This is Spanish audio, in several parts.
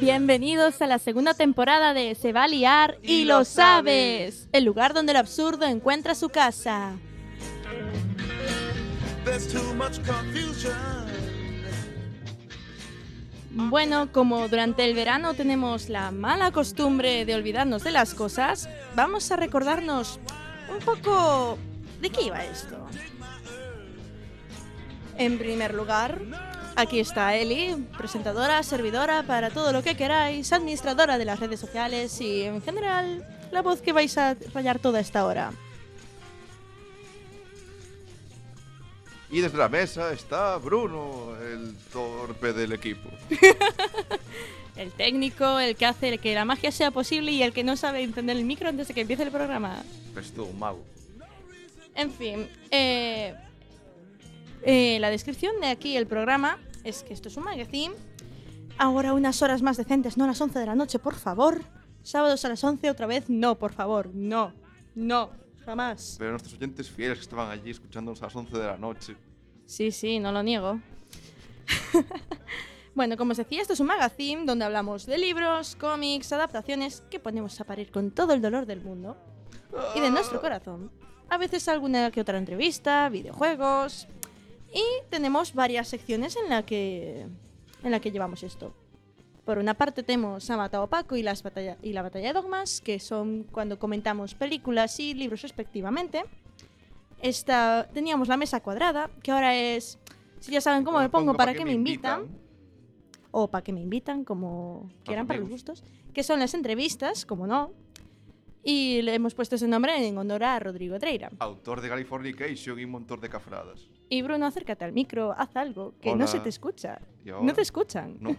Bienvenidos a la segunda temporada de Se va a liar y, lo sabes, el lugar donde el absurdo encuentra su casa. There's too much confusion. Bueno, como durante el verano tenemos la mala costumbre de olvidarnos de las cosas, vamos a recordarnos un poco de qué iba esto. En primer lugar, aquí está Eli, presentadora, servidora para todo lo que queráis, administradora de las redes sociales y en general la voz que vais a rayar toda esta hora. Y desde la mesa está Bruno, el torpe del equipo. El técnico, el que hace que la magia sea posible y el que no sabe encender el micro antes de que empiece el programa. Es todo un mago. En fin, eh, eh, la descripción de aquí el programa es que esto es un magazine. Ahora unas horas más decentes, no a las 11 de la noche, por favor. Sábados a las 11 otra vez, no, por favor, no, no, jamás. Pero nuestros oyentes fieles que estaban allí escuchándonos a las 11 de la noche. Sí, sí, no lo niego. bueno, como os decía, esto es un magazine donde hablamos de libros, cómics, adaptaciones que ponemos a parir con todo el dolor del mundo y de nuestro corazón. A veces alguna que otra entrevista, videojuegos y tenemos varias secciones en la que en la que llevamos esto. Por una parte tenemos a Matado Paco y, las batalla- y la batalla de dogmas, que son cuando comentamos películas y libros respectivamente. Esta, teníamos la mesa cuadrada, que ahora es, si ya Ah, saben cómo me pongo, para, qué me invitan, o para qué me invitan, como quieran, para los amigos. gustos, que son las entrevistas, como no. Y le hemos puesto ese nombre en honor a Rodrigo Treira. Autor de Californication y un montón de cafradas. Y Bruno, acércate al micro, haz algo, que no Hola. se te escucha. Y ahora- No te escuchan. No,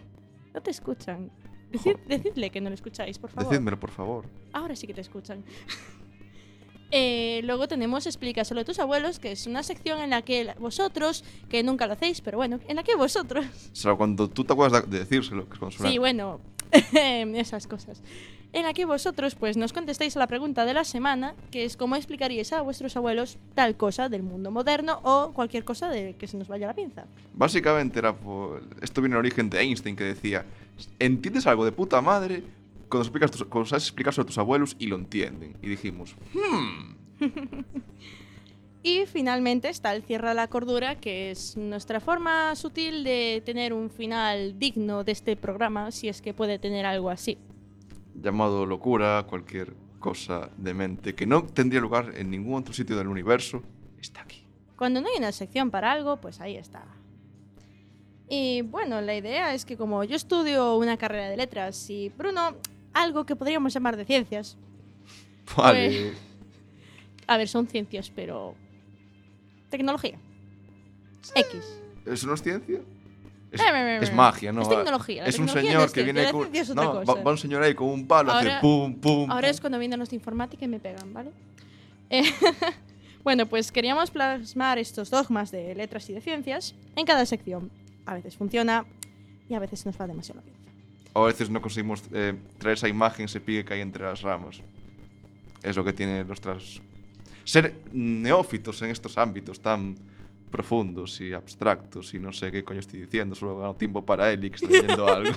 No te escuchan. Decid- decidle que no lo escucháis, por favor. decídmelo, por favor. Ahora sí que te escuchan. Eh, luego tenemos Explica solo a tus abuelos, que es una sección en la que la- vosotros, que nunca lo hacéis, pero bueno, en la que vosotros. Salvo cuando tú te acuerdas de decírselo, que es cuando suena. Sí, bueno, esas cosas. En la que vosotros, pues, nos contestáis a la pregunta de la semana, que es cómo explicaríais a vuestros abuelos tal cosa del mundo moderno o cualquier cosa de que se nos vaya la pinza. Básicamente era por... Esto viene del origen de Einstein que decía, ¿entiendes algo de puta madre? Cuando, explicas tus- cuando sabes explicárselo a tus abuelos y lo entienden. Y dijimos, Y finalmente está el cierre de la cordura, que es nuestra forma sutil de tener un final digno de este programa, si es que puede tener algo así. llamado locura, cualquier cosa de mente que no tendría lugar en ningún otro sitio del universo, está aquí. Cuando no hay una sección para algo, pues ahí está. Y bueno, la idea es que como yo estudio una carrera de letras y Bruno algo que podríamos llamar de ciencias, Eh. Vale. a ver, son ciencias, pero... Tecnología. X. ¿Eso no es ciencia? Es, Eh, es magia, ¿no? es va. tecnología, la Es un tecnología señor no es que ciencia, viene la con. ciencia es otra No, va, cosa. va un señor ahí con un palo, Ahora- hace pum, pum. Ahora pum. es cuando vienen los de informática y me pegan, ¿vale? Eh, bueno, pues queríamos plasmar estos dogmas de letras y de ciencias en cada sección. A veces funciona y a veces nos va demasiado la pinza. O a veces no conseguimos eh, traer esa imagen, ese pique que hay entre las ramas. Es lo que tiene nuestras. Ser neófitos en estos ámbitos tan profundos y abstractos y no sé qué coño estoy diciendo, solo he ganado tiempo para él y que está diciendo algo.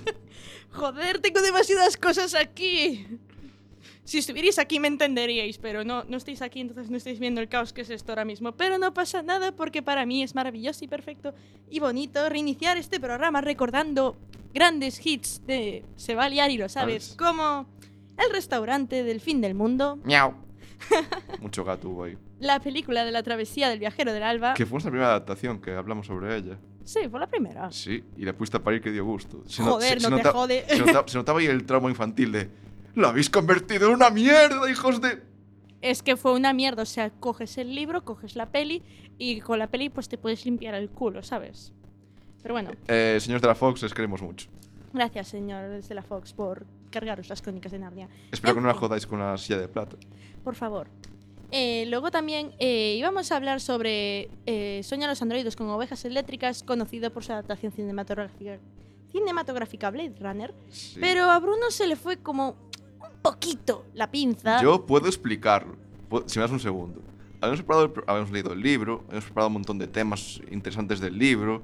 Joder, tengo demasiadas cosas aquí. Si estuvierais aquí me entenderíais, pero no, no estáis aquí, entonces no estáis viendo el caos que es esto ahora mismo. Pero no pasa nada porque para mí es maravilloso y perfecto y bonito reiniciar este programa recordando grandes hits de Se va a liar y lo sabes, ¿Sabes? como El restaurante del fin del mundo, Miau. Mucho gato hubo ahí. la película de la travesía del viajero del alba. Que fue nuestra primera adaptación, que hablamos sobre ella. Sí, fue la primera. Sí, y la pusiste a parir que dio gusto. Se no- Ah. Joder, se- se no te nota- jode. Se, nota- se notaba ahí el trauma infantil de. ¡Lo habéis convertido en una mierda, hijos de.! Es que fue una mierda, o sea, coges el libro, coges la peli y con la peli pues te puedes limpiar el culo, ¿sabes? Pero bueno, Eh, señores de la Fox, les queremos mucho. gracias señores de la Fox por cargaros las crónicas de Narnia, Espero que no la jodáis con la silla de plata. por favor. Eh, luego también eh, íbamos a hablar sobre eh, Sueña los androides con ovejas eléctricas, conocido por su adaptación cinematográfica, cinematográfica Blade Runner, Sí. pero a Bruno se le fue como un poquito la pinza. Yo puedo explicarlo. Pu- Si me das un segundo. Habíamos, preparado el pro- habíamos leído el libro, habíamos preparado un montón de temas interesantes del libro.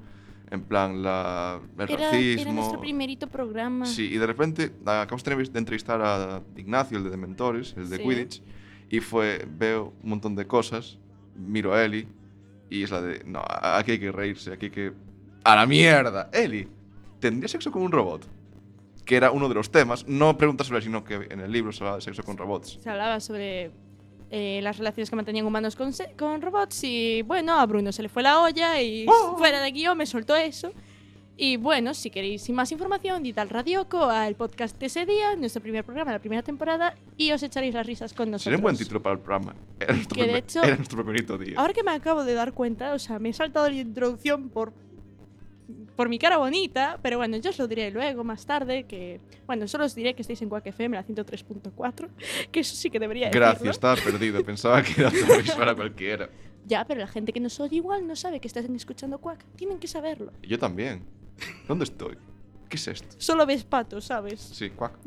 en plan la, el Era, racismo. era nuestro primerito programa. Sí, y de repente ah, acabamos de entrevis- de entrevistar a Ignacio, el de Dementores, el de Sí. Quidditch, y fue, veo un montón de cosas, miro a Eli, y es la de, no, a- aquí hay que reírse, aquí hay que... ¡A la mierda! Eli, ¿tendría sexo con un robot? Que era uno de los temas, no preguntas sobre él, sino que en el libro se hablaba de sexo con robots. Se hablaba sobre eh, las relaciones que mantenían humanos con, se- con robots y bueno, a Bruno se le fue la olla y ¡Oh! fuera de guión me soltó eso. Y bueno, si queréis más información, did al Radioco, al podcast de ese día, nuestro primer programa, la primera temporada, y os echaréis las risas con nosotros. Sería un buen título para el programa. Era nuestro, Que de primer- hecho- era nuestro primerito día. Ahora que me acabo de dar cuenta, o sea, me he saltado la introducción por por mi cara bonita, pero bueno, yo os lo diré luego, más tarde, que bueno, solo os diré que estáis en Quack FM, la 103.4, que eso sí que debería Gracias, decirlo. estaba perdido. Pensaba que era otra vez para cualquiera. Ya, pero la gente que nos oye igual no sabe que estás escuchando Quack, tienen que saberlo. Y Yo también. ¿Dónde estoy? ¿Qué es esto? Solo ves patos, ¿sabes? Sí, cuac.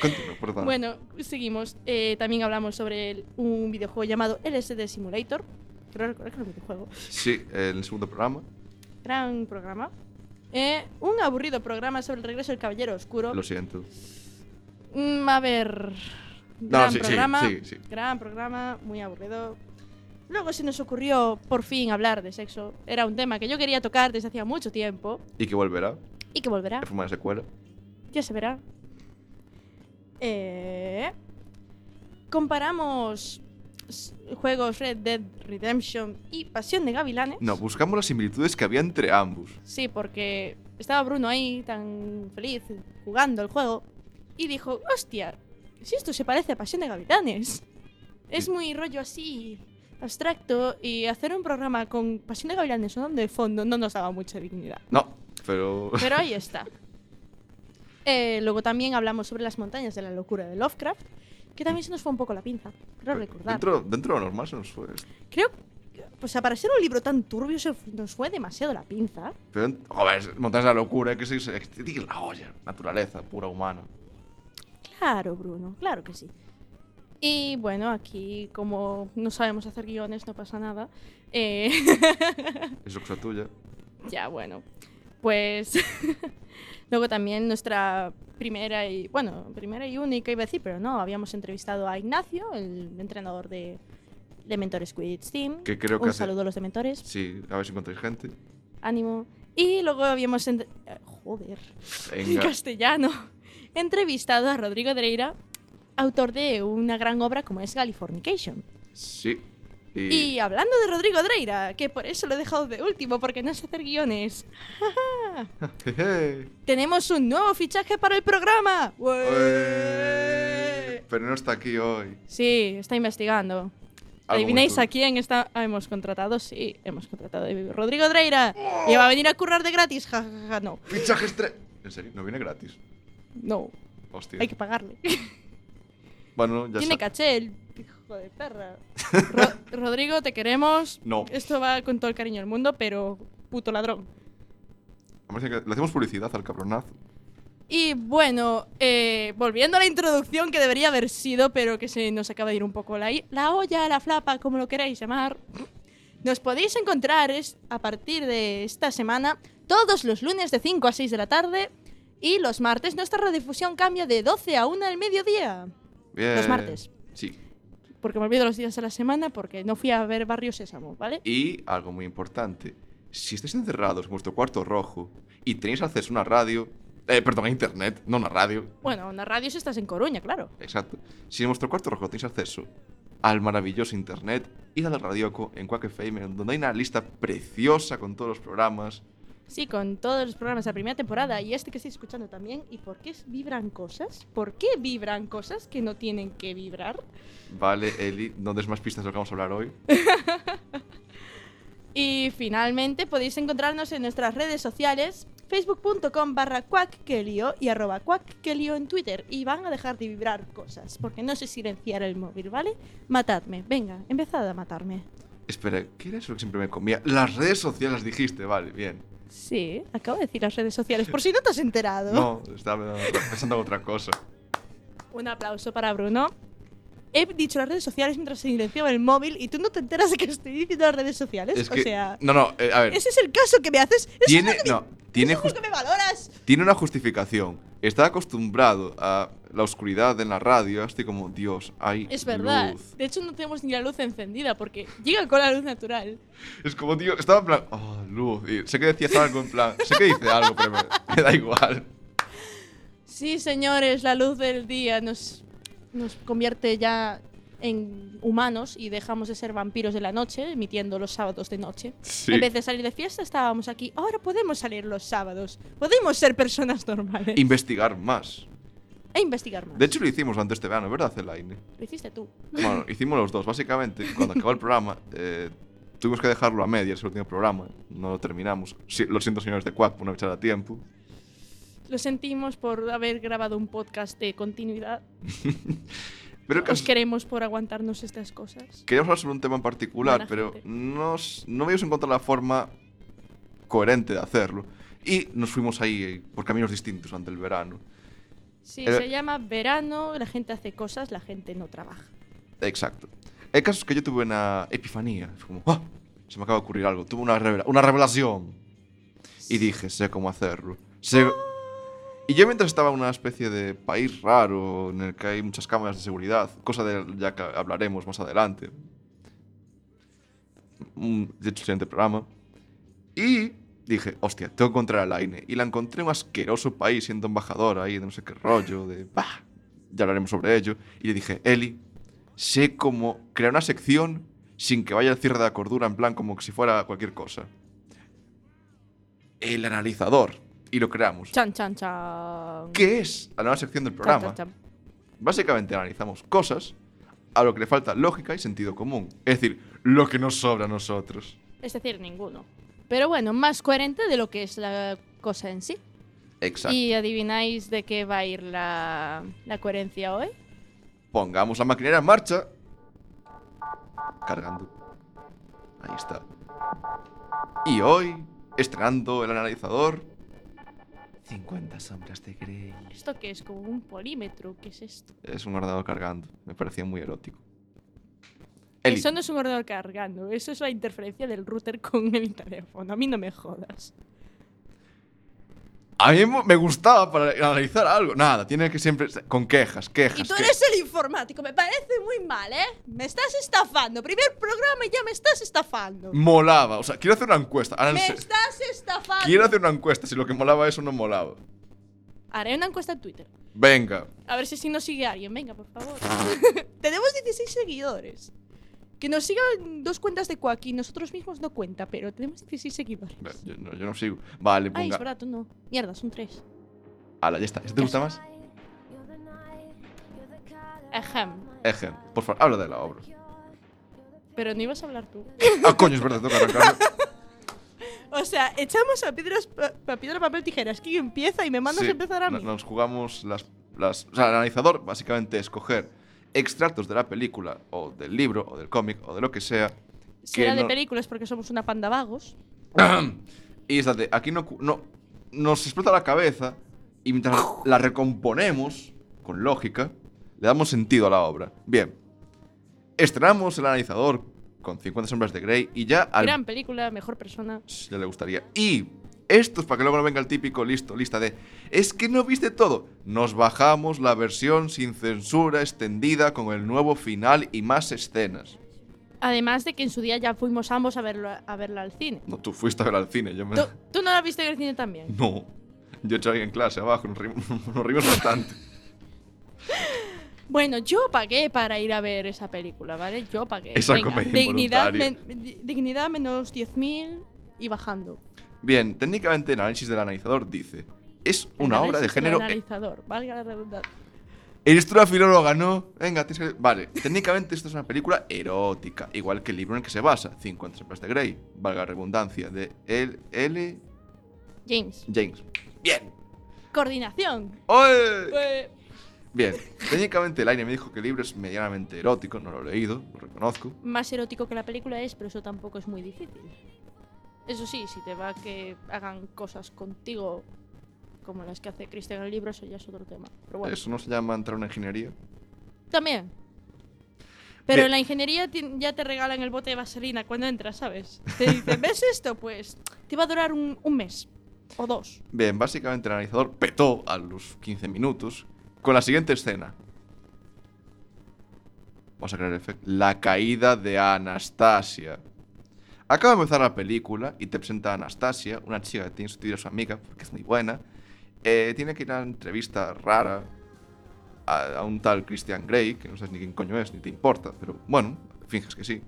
Continúa, perdón. Bueno, seguimos. Eh, también hablamos sobre el- un videojuego llamado LSD Simulator. Creo recordar que era un videojuego. Sí, el segundo programa, Gran programa. Eh, un aburrido programa sobre el regreso del Caballero Oscuro. lo siento. Mm, a ver. Gran sí, sí, programa. sí, sí. Gran programa, muy aburrido. Luego se nos ocurrió por fin hablar de sexo. Era un tema que yo quería tocar desde hacía mucho tiempo Y que volverá, y que volverá. en forma de secuela. Ya se verá. Eh, comparamos s- juegos Red Dead Redemption y Pasión de Gavilanes. No, buscamos las similitudes que había entre ambos. Sí, porque estaba Bruno ahí tan feliz jugando el juego y dijo, hostia, si esto se parece a Pasión de Gavilanes. Es muy rollo así, abstracto, y hacer un programa con Pasión de Gavilanes sonando de fondo no nos daba mucha dignidad. No, pero... Pero ahí está. Eh, luego también hablamos sobre las montañas de la locura de Lovecraft, que también se nos fue un poco la pinza, creo recordar. Dentro, dentro de lo normal se nos fue. Creo que, pues para ser un libro tan turbio se fu- nos fue demasiado la pinza. Pero, joder, es- montañas de la locura, hay que se hay que decir la olla. Naturaleza, pura humana. Claro, Bruno, claro que sí. Y bueno, aquí como no sabemos hacer guiones, no pasa nada. Eh, Eso es cosa tuya. ya, bueno. Pues luego también nuestra primera y, bueno, primera y única iba a decir, pero no, habíamos entrevistado a Ignacio, el entrenador de, de Mentores Quidditch Team. Que creo que Un hace- saludo a los de Mentores, Sí, a ver si encontráis gente. ánimo. Y luego habíamos... entre- eh, Joder. en Venga. castellano. He entrevistado a Rodrigo Dreira, autor de una gran obra como es Californication. Sí. Y hablando de Rodrigo Dreira, que por eso lo he dejado de último, porque no sé hacer guiones, Jeje. tenemos un nuevo fichaje para el programa. ¡Ué! Eh. Ué. Pero no está aquí hoy. Sí, está investigando. Algo ¿Adivináis muy a quién está? ah, hemos contratado? Sí, hemos contratado a Rodrigo Dreira. Y va a venir a currar de gratis. Ja, ja, ja, no. turbio. Fichaje estre... ¿En serio? No viene gratis. No, Hostia. hay que pagarle. Bueno, ya Tiene sa- caché el hijo de perra. Ro- Rodrigo, te queremos. No. Esto va con todo el cariño del mundo, pero puto ladrón. Además, que Le hacemos publicidad al cabronazo. Y bueno, eh, volviendo a la introducción que debería haber sido, pero que se nos acaba de ir un poco la, i- la olla, la flapa, como lo queráis llamar. Nos podéis encontrar es, a partir de esta semana todos los lunes de 5 a 6 de la tarde y los martes nuestra redifusión cambia de 12 a 1 al mediodía. Bien. Los martes. Sí. Porque me olvido los días de la semana porque no fui a ver Barrio Sésamo, ¿vale? Y algo muy importante. Si estáis encerrados en vuestro cuarto rojo y tenéis acceso a una radio... Eh, perdón, a internet, no una radio. Bueno, en la radio si estás en Coruña, claro. Exacto. Si en vuestro cuarto rojo tenéis acceso al maravilloso internet, id al radioco en Quack FM, donde hay una lista preciosa con todos los programas. Sí, con todos los programas de la primera temporada y este que estoy escuchando también. ¿Y por qué vibran cosas? ¿Por qué vibran cosas que no tienen que vibrar? Vale, Eli, no des más pistas de lo que vamos a hablar hoy. Y finalmente podéis encontrarnos en nuestras redes sociales facebook.com barra cuackelio y arroba cuackelio en Twitter y van a dejar de vibrar cosas porque no sé silenciar el móvil, ¿vale? Matadme, venga, empezad a matarme. Espera, ¿qué era eso que siempre me comía? Las redes sociales dijiste, vale, bien. Sí, acabo de decir las redes sociales por si no te has enterado. No, estaba pensando en otra cosa. Un aplauso para Bruno. he dicho las redes sociales mientras silenciaba el móvil y tú no te enteras de que estoy diciendo las redes sociales. Es que, o sea, no, no, eh, a ver. ese es el caso que me haces. Eso Tiene- es lo que me- no, tiene eso es lo jus- que me valoras. Tiene una justificación. Está acostumbrado a la oscuridad en la radio, así como, Dios, hay Es verdad. luz". De hecho, no tenemos ni la luz encendida porque llega con la luz natural. Es como, Dios, estaba en plan, oh, luz. Y sé que decías algo en plan, sé que dice algo, pero me, me da igual. Sí, señores, la luz del día nos, nos convierte ya en humanos y dejamos de ser vampiros de la noche, emitiendo los sábados de noche. Sí. En vez de salir de fiesta estábamos aquí. Ahora podemos salir los sábados. Podemos ser personas normales. Investigar más. e investigar más. De hecho, lo hicimos antes este verano, ¿verdad, Elaine? Lo hiciste tú. Bueno, hicimos los dos. Básicamente, cuando acabó el programa, eh, tuvimos que dejarlo a medias, el último programa. No lo terminamos. Sí, lo siento, señores de Quack, por no echar a tiempo. Lo sentimos por haber grabado un podcast de continuidad. Pero el Os caso es- queremos por aguantarnos estas cosas. queríamos hablar sobre un tema en particular, Buena pero gente. no, s- no habíamos encontrado la forma coherente de hacerlo. Y nos fuimos ahí eh, por caminos distintos ante el verano. Sí, Eh, se llama verano, la gente hace cosas, la gente no trabaja. Exacto. El caso es que yo tuve una epifanía. Fue como, ¡ah! Se me acaba de ocurrir algo. Tuve una, revela- una revelación. Y dije, sé cómo hacerlo. Ah. Sé- Y yo mientras estaba en una especie de país raro en el que hay muchas cámaras de seguridad, cosa de ya que hablaremos más adelante. Un- De hecho, siguiente programa. Y dije, hostia, tengo que encontrar a Laine. Y la encontré en un asqueroso país siendo embajadora ahí de no sé qué rollo, de bah, ya hablaremos sobre ello. Y le dije, Eli, sé cómo crear una sección sin que vaya al cierre de la cordura, en plan como que si fuera cualquier cosa. El analizador. Y lo creamos. Chan, chan, chan. ¿Qué es la nueva sección del Chan, programa? chan, chan. Básicamente analizamos cosas a lo que le falta lógica y sentido común. Es decir, lo que nos sobra a nosotros. Es decir, ninguno. Pero bueno, más coherente de lo que es la cosa en sí. Exacto. ¿Y adivináis de qué va a ir la, la coherencia hoy? Pongamos la maquinera en marcha. Cargando. Ahí está. Y hoy, estrenando el analizador. 50 sombras de Grey. ¿Esto qué es? ¿Como un polímetro? ¿Qué es esto? Es un ordenador cargando. Me parecía muy erótico. Eli, Eso no es un ordenador cargando, eso es la interferencia del router con el teléfono. A mí no me jodas. A mí mo- me gustaba para analizar algo. Nada, tiene que siempre. Con quejas, quejas. Y tú que- eres el informático, me parece muy mal, ¿eh? Me estás estafando. Primer programa y ya me estás estafando. Molaba. O sea, quiero hacer una encuesta. Ahora en Me se- estás estafando. Quiero hacer una encuesta si lo que molaba eso no molaba. Haré una encuesta en Twitter. Venga. A ver si si nos sigue alguien. Venga, por favor. Tenemos 16 seguidores. Que nos sigan dos cuentas de Quack y nosotros mismos no cuenta, pero tenemos 16 seguidores. Ve, Yo no, yo no sigo. Vale, Ay, es ponga. verdad, tú no. Mierda, son tres. Ala, ya está. ¿Este te gusta más? Ejem. Ejem. Por favor, habla de la obra. Pero no ibas a hablar tú. Ah, coño, es verdad, toca arrancarlo. O sea, echamos a piedras, pa- pa- piedra, papel, tijeras. ¿Quién empieza? Y me mandas Sí, a empezar a no- mí. Nos jugamos las, las. O sea, el analizador básicamente es coger extractos de la película, o del libro, o del cómic, o de lo que sea. Si era que de no- películas porque somos una panda vagos. Y es la de, aquí no, cu- no. Nos explota la cabeza y mientras la recomponemos, con lógica, le damos sentido a la obra. Bien. Estrenamos el analizador con 50 sombras de Grey y ya al Gran película, mejor persona. Sh, Ya le gustaría. Y esto es para que luego no venga el típico listo, lista de. Es que no viste todo. Nos bajamos la versión sin censura extendida con el nuevo final y más escenas. Además de que en su día ya fuimos ambos a, verlo, a verla al cine. No, tú fuiste a ver al cine, yo me. ¿Tú, tú no la viste en el cine también? No. Yo he hecho ahí en clase abajo, nos rimos, nos rimos bastante. Bueno, yo pagué para ir a ver esa película, ¿vale? Yo pagué. Esa comedia dignidad, involuntaria. men- di- dignidad menos 10.000 y bajando. Bien, técnicamente el análisis del analizador dice: Es una obra de Análisis género. Analizador, valga la redundancia. Eres tú la filóloga, ¿no? Venga, tienes que... Vale, técnicamente esto es una película erótica, igual que el libro en el que se basa, 50 sombras de Grey, valga la redundancia, de L. L. James, James. Bien. coordinación. ¡Oe! Eh, Bien, técnicamente el aire me dijo que el libro es medianamente erótico, no lo he leído, lo reconozco. más erótico que la película es, pero eso tampoco es muy difícil. Eso sí, si te va que hagan cosas contigo como las que hace Christian en el libro, eso ya es otro tema. Pero bueno, Eso no se llama entrar en una ingeniería. también. Pero Ve- en la ingeniería ti- ya te regalan el bote de vaselina cuando entras, ¿sabes? Te dicen, ¿ves esto? Pues te va a durar un, un mes o dos. Bien, básicamente el analizador petó a los 15 minutos con la siguiente escena. Vamos a crear el efecto. La caída de Anastasia. Acaba de empezar la película y te presenta a Anastasia, una chica que tiene que sustituir a su amiga porque es muy buena. Eh, tiene que ir a una entrevista rara a, a un tal Christian Grey, que no sabes ni quién coño es, ni te importa, pero bueno, finges que sí.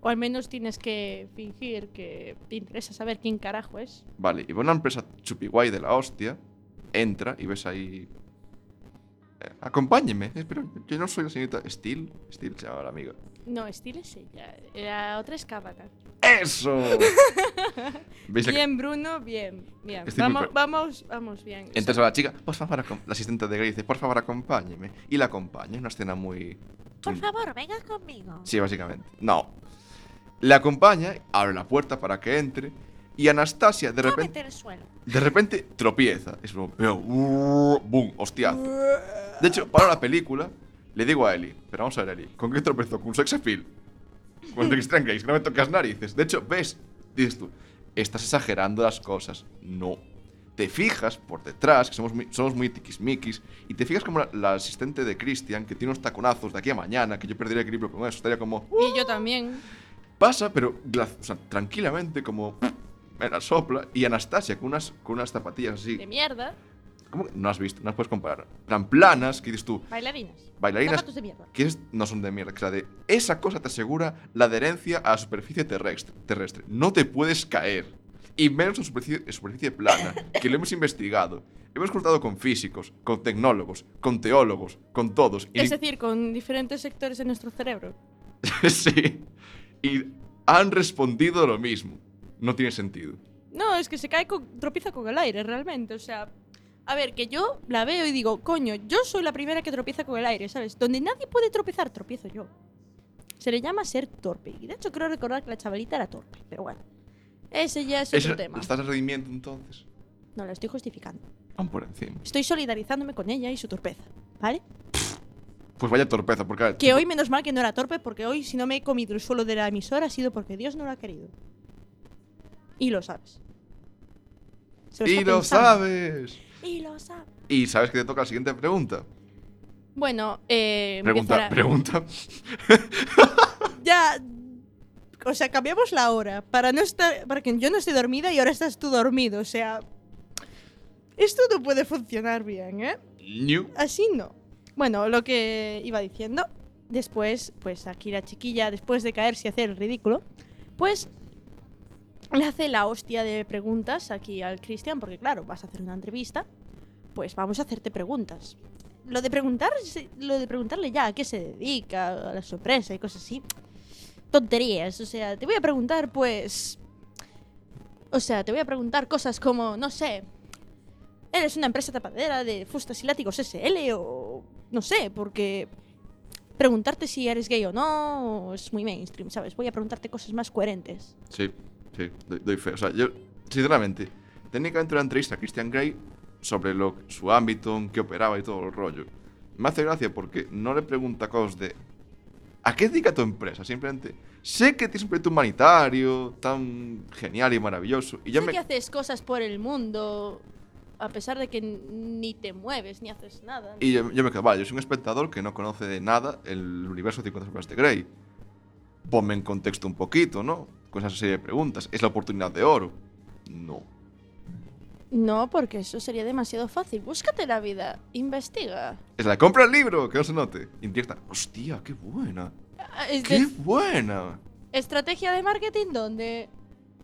O al menos tienes que fingir que te interesa saber quién carajo es. Vale, y va una empresa chupiguay de la hostia, entra y ves ahí. eh, acompáñeme, eh, pero yo no soy la señorita Steel. Steel se llama la amiga. No, Steel es ella. La otra es Cábana. ¡Eso! ¿Veis la Bien, Bruno, bien, bien. Estoy muy Vamos, pre- vamos, vamos bien. Entras a la chica, por favor, acom-". la asistente de Grey dice, por favor, acompáñeme. Y la acompaña, una escena muy. Por muy- favor, venga conmigo. Sí, básicamente. No. Le acompaña, abre la puerta para que entre. Y Anastasia, de repente. Cómete el suelo. De repente tropieza. Es como, pero, uh, boom, hostiazo. De hecho, para la película, le digo a Eli, pero vamos a ver, Eli, ¿con qué tropezó? Con un sex appeal. Con el de Christian Grey, que no me tocas narices. De hecho, ves, dices tú, estás exagerando las cosas. No. Te fijas por detrás, que somos muy, somos muy tiquismiquis, y te fijas como la, la asistente de Christian, que tiene unos taconazos de aquí a mañana, que yo perdería equilibrio con eso, estaría como, "Uh", Y yo también. Pasa, pero gla- o sea, tranquilamente, como me la sopla. Y Anastasia, con unas, con unas zapatillas De así. mierda. ¿Cómo que no has visto? No las puedes comparar. Tan planas que dices tú, Bailarinas. bailarinas Zapatos de mierda. que es- no son de mierda. O sea, de esa cosa te asegura la adherencia a la superficie terrestre. terrestre. No te puedes caer. Y menos a superficie, en superficie plana, que lo hemos investigado. Hemos contado con físicos, con tecnólogos, con teólogos, con todos. Y Es decir, con diferentes sectores de nuestro cerebro. sí. Y han respondido lo mismo. No tiene sentido. No, es que se cae, con, tropieza con el aire, realmente. O sea, a ver, que yo la veo y digo, coño, yo soy la primera que tropieza con el aire, ¿sabes? Donde nadie puede tropezar, tropiezo yo. Se le llama ser torpe. Y de hecho creo recordar que la chavalita era torpe, pero bueno. Ese ya es otro Esa- tema. ¿Estás redimiendo entonces? No, lo estoy justificando. Van por encima. Estoy solidarizándome con ella y su torpeza, ¿vale? Pues vaya torpeza, porque a ver, Que hoy menos mal que no era torpe, porque hoy si no me he comido el suelo de la emisora ha sido porque Dios no lo ha querido. Y lo sabes. Se ¡Y está lo pensando. sabes! Y lo sabes. Y sabes que te toca la siguiente pregunta. Bueno, eh, Pregunta, empezará- pregunta. Ya. O sea, cambiamos la hora para no estar, para que yo no esté dormida y ahora estás tú dormido. O sea, esto no puede funcionar bien, ¿eh? New. Así no. Bueno, lo que iba diciendo. Después, pues aquí la chiquilla, después de caerse y hacer el ridículo, pues le hace la hostia de preguntas aquí al Cristian, porque claro, vas a hacer una entrevista, pues vamos a hacerte preguntas. Lo de preguntar, lo de preguntarle ya a qué se dedica, a la sorpresa y cosas así. Tonterías, o sea, te voy a preguntar pues o sea, te voy a preguntar cosas como, no sé, ¿eres una empresa tapadera de fustas y látigos SL o no sé, porque preguntarte si eres gay o no es muy mainstream, ¿sabes? Voy a preguntarte cosas más coherentes. Sí, sí, doy, doy fe. O sea, yo, sinceramente, técnicamente una entrevista a Christian Grey sobre lo, su ámbito, en qué operaba y todo el rollo. Me hace gracia porque no le pregunta cosas de. ¿A qué dedica tu empresa? Simplemente. Sé que tienes un proyecto humanitario tan genial y maravilloso. Y yo sé me. que haces cosas por el mundo a pesar de que n- ni te mueves ni haces nada. Y yo, yo me quedo, vale, yo soy un espectador que no conoce de nada el universo de 50 sombras de Grey. Ponme en contexto un poquito, ¿no? Con esa serie de preguntas. ¿Es la oportunidad de oro? No. No, porque eso sería demasiado fácil. Búscate la vida, investiga. Es la de compra el libro, que no se note. Indirecta. Hostia, qué buena. Ah, es Qué de- buena. estrategia de marketing donde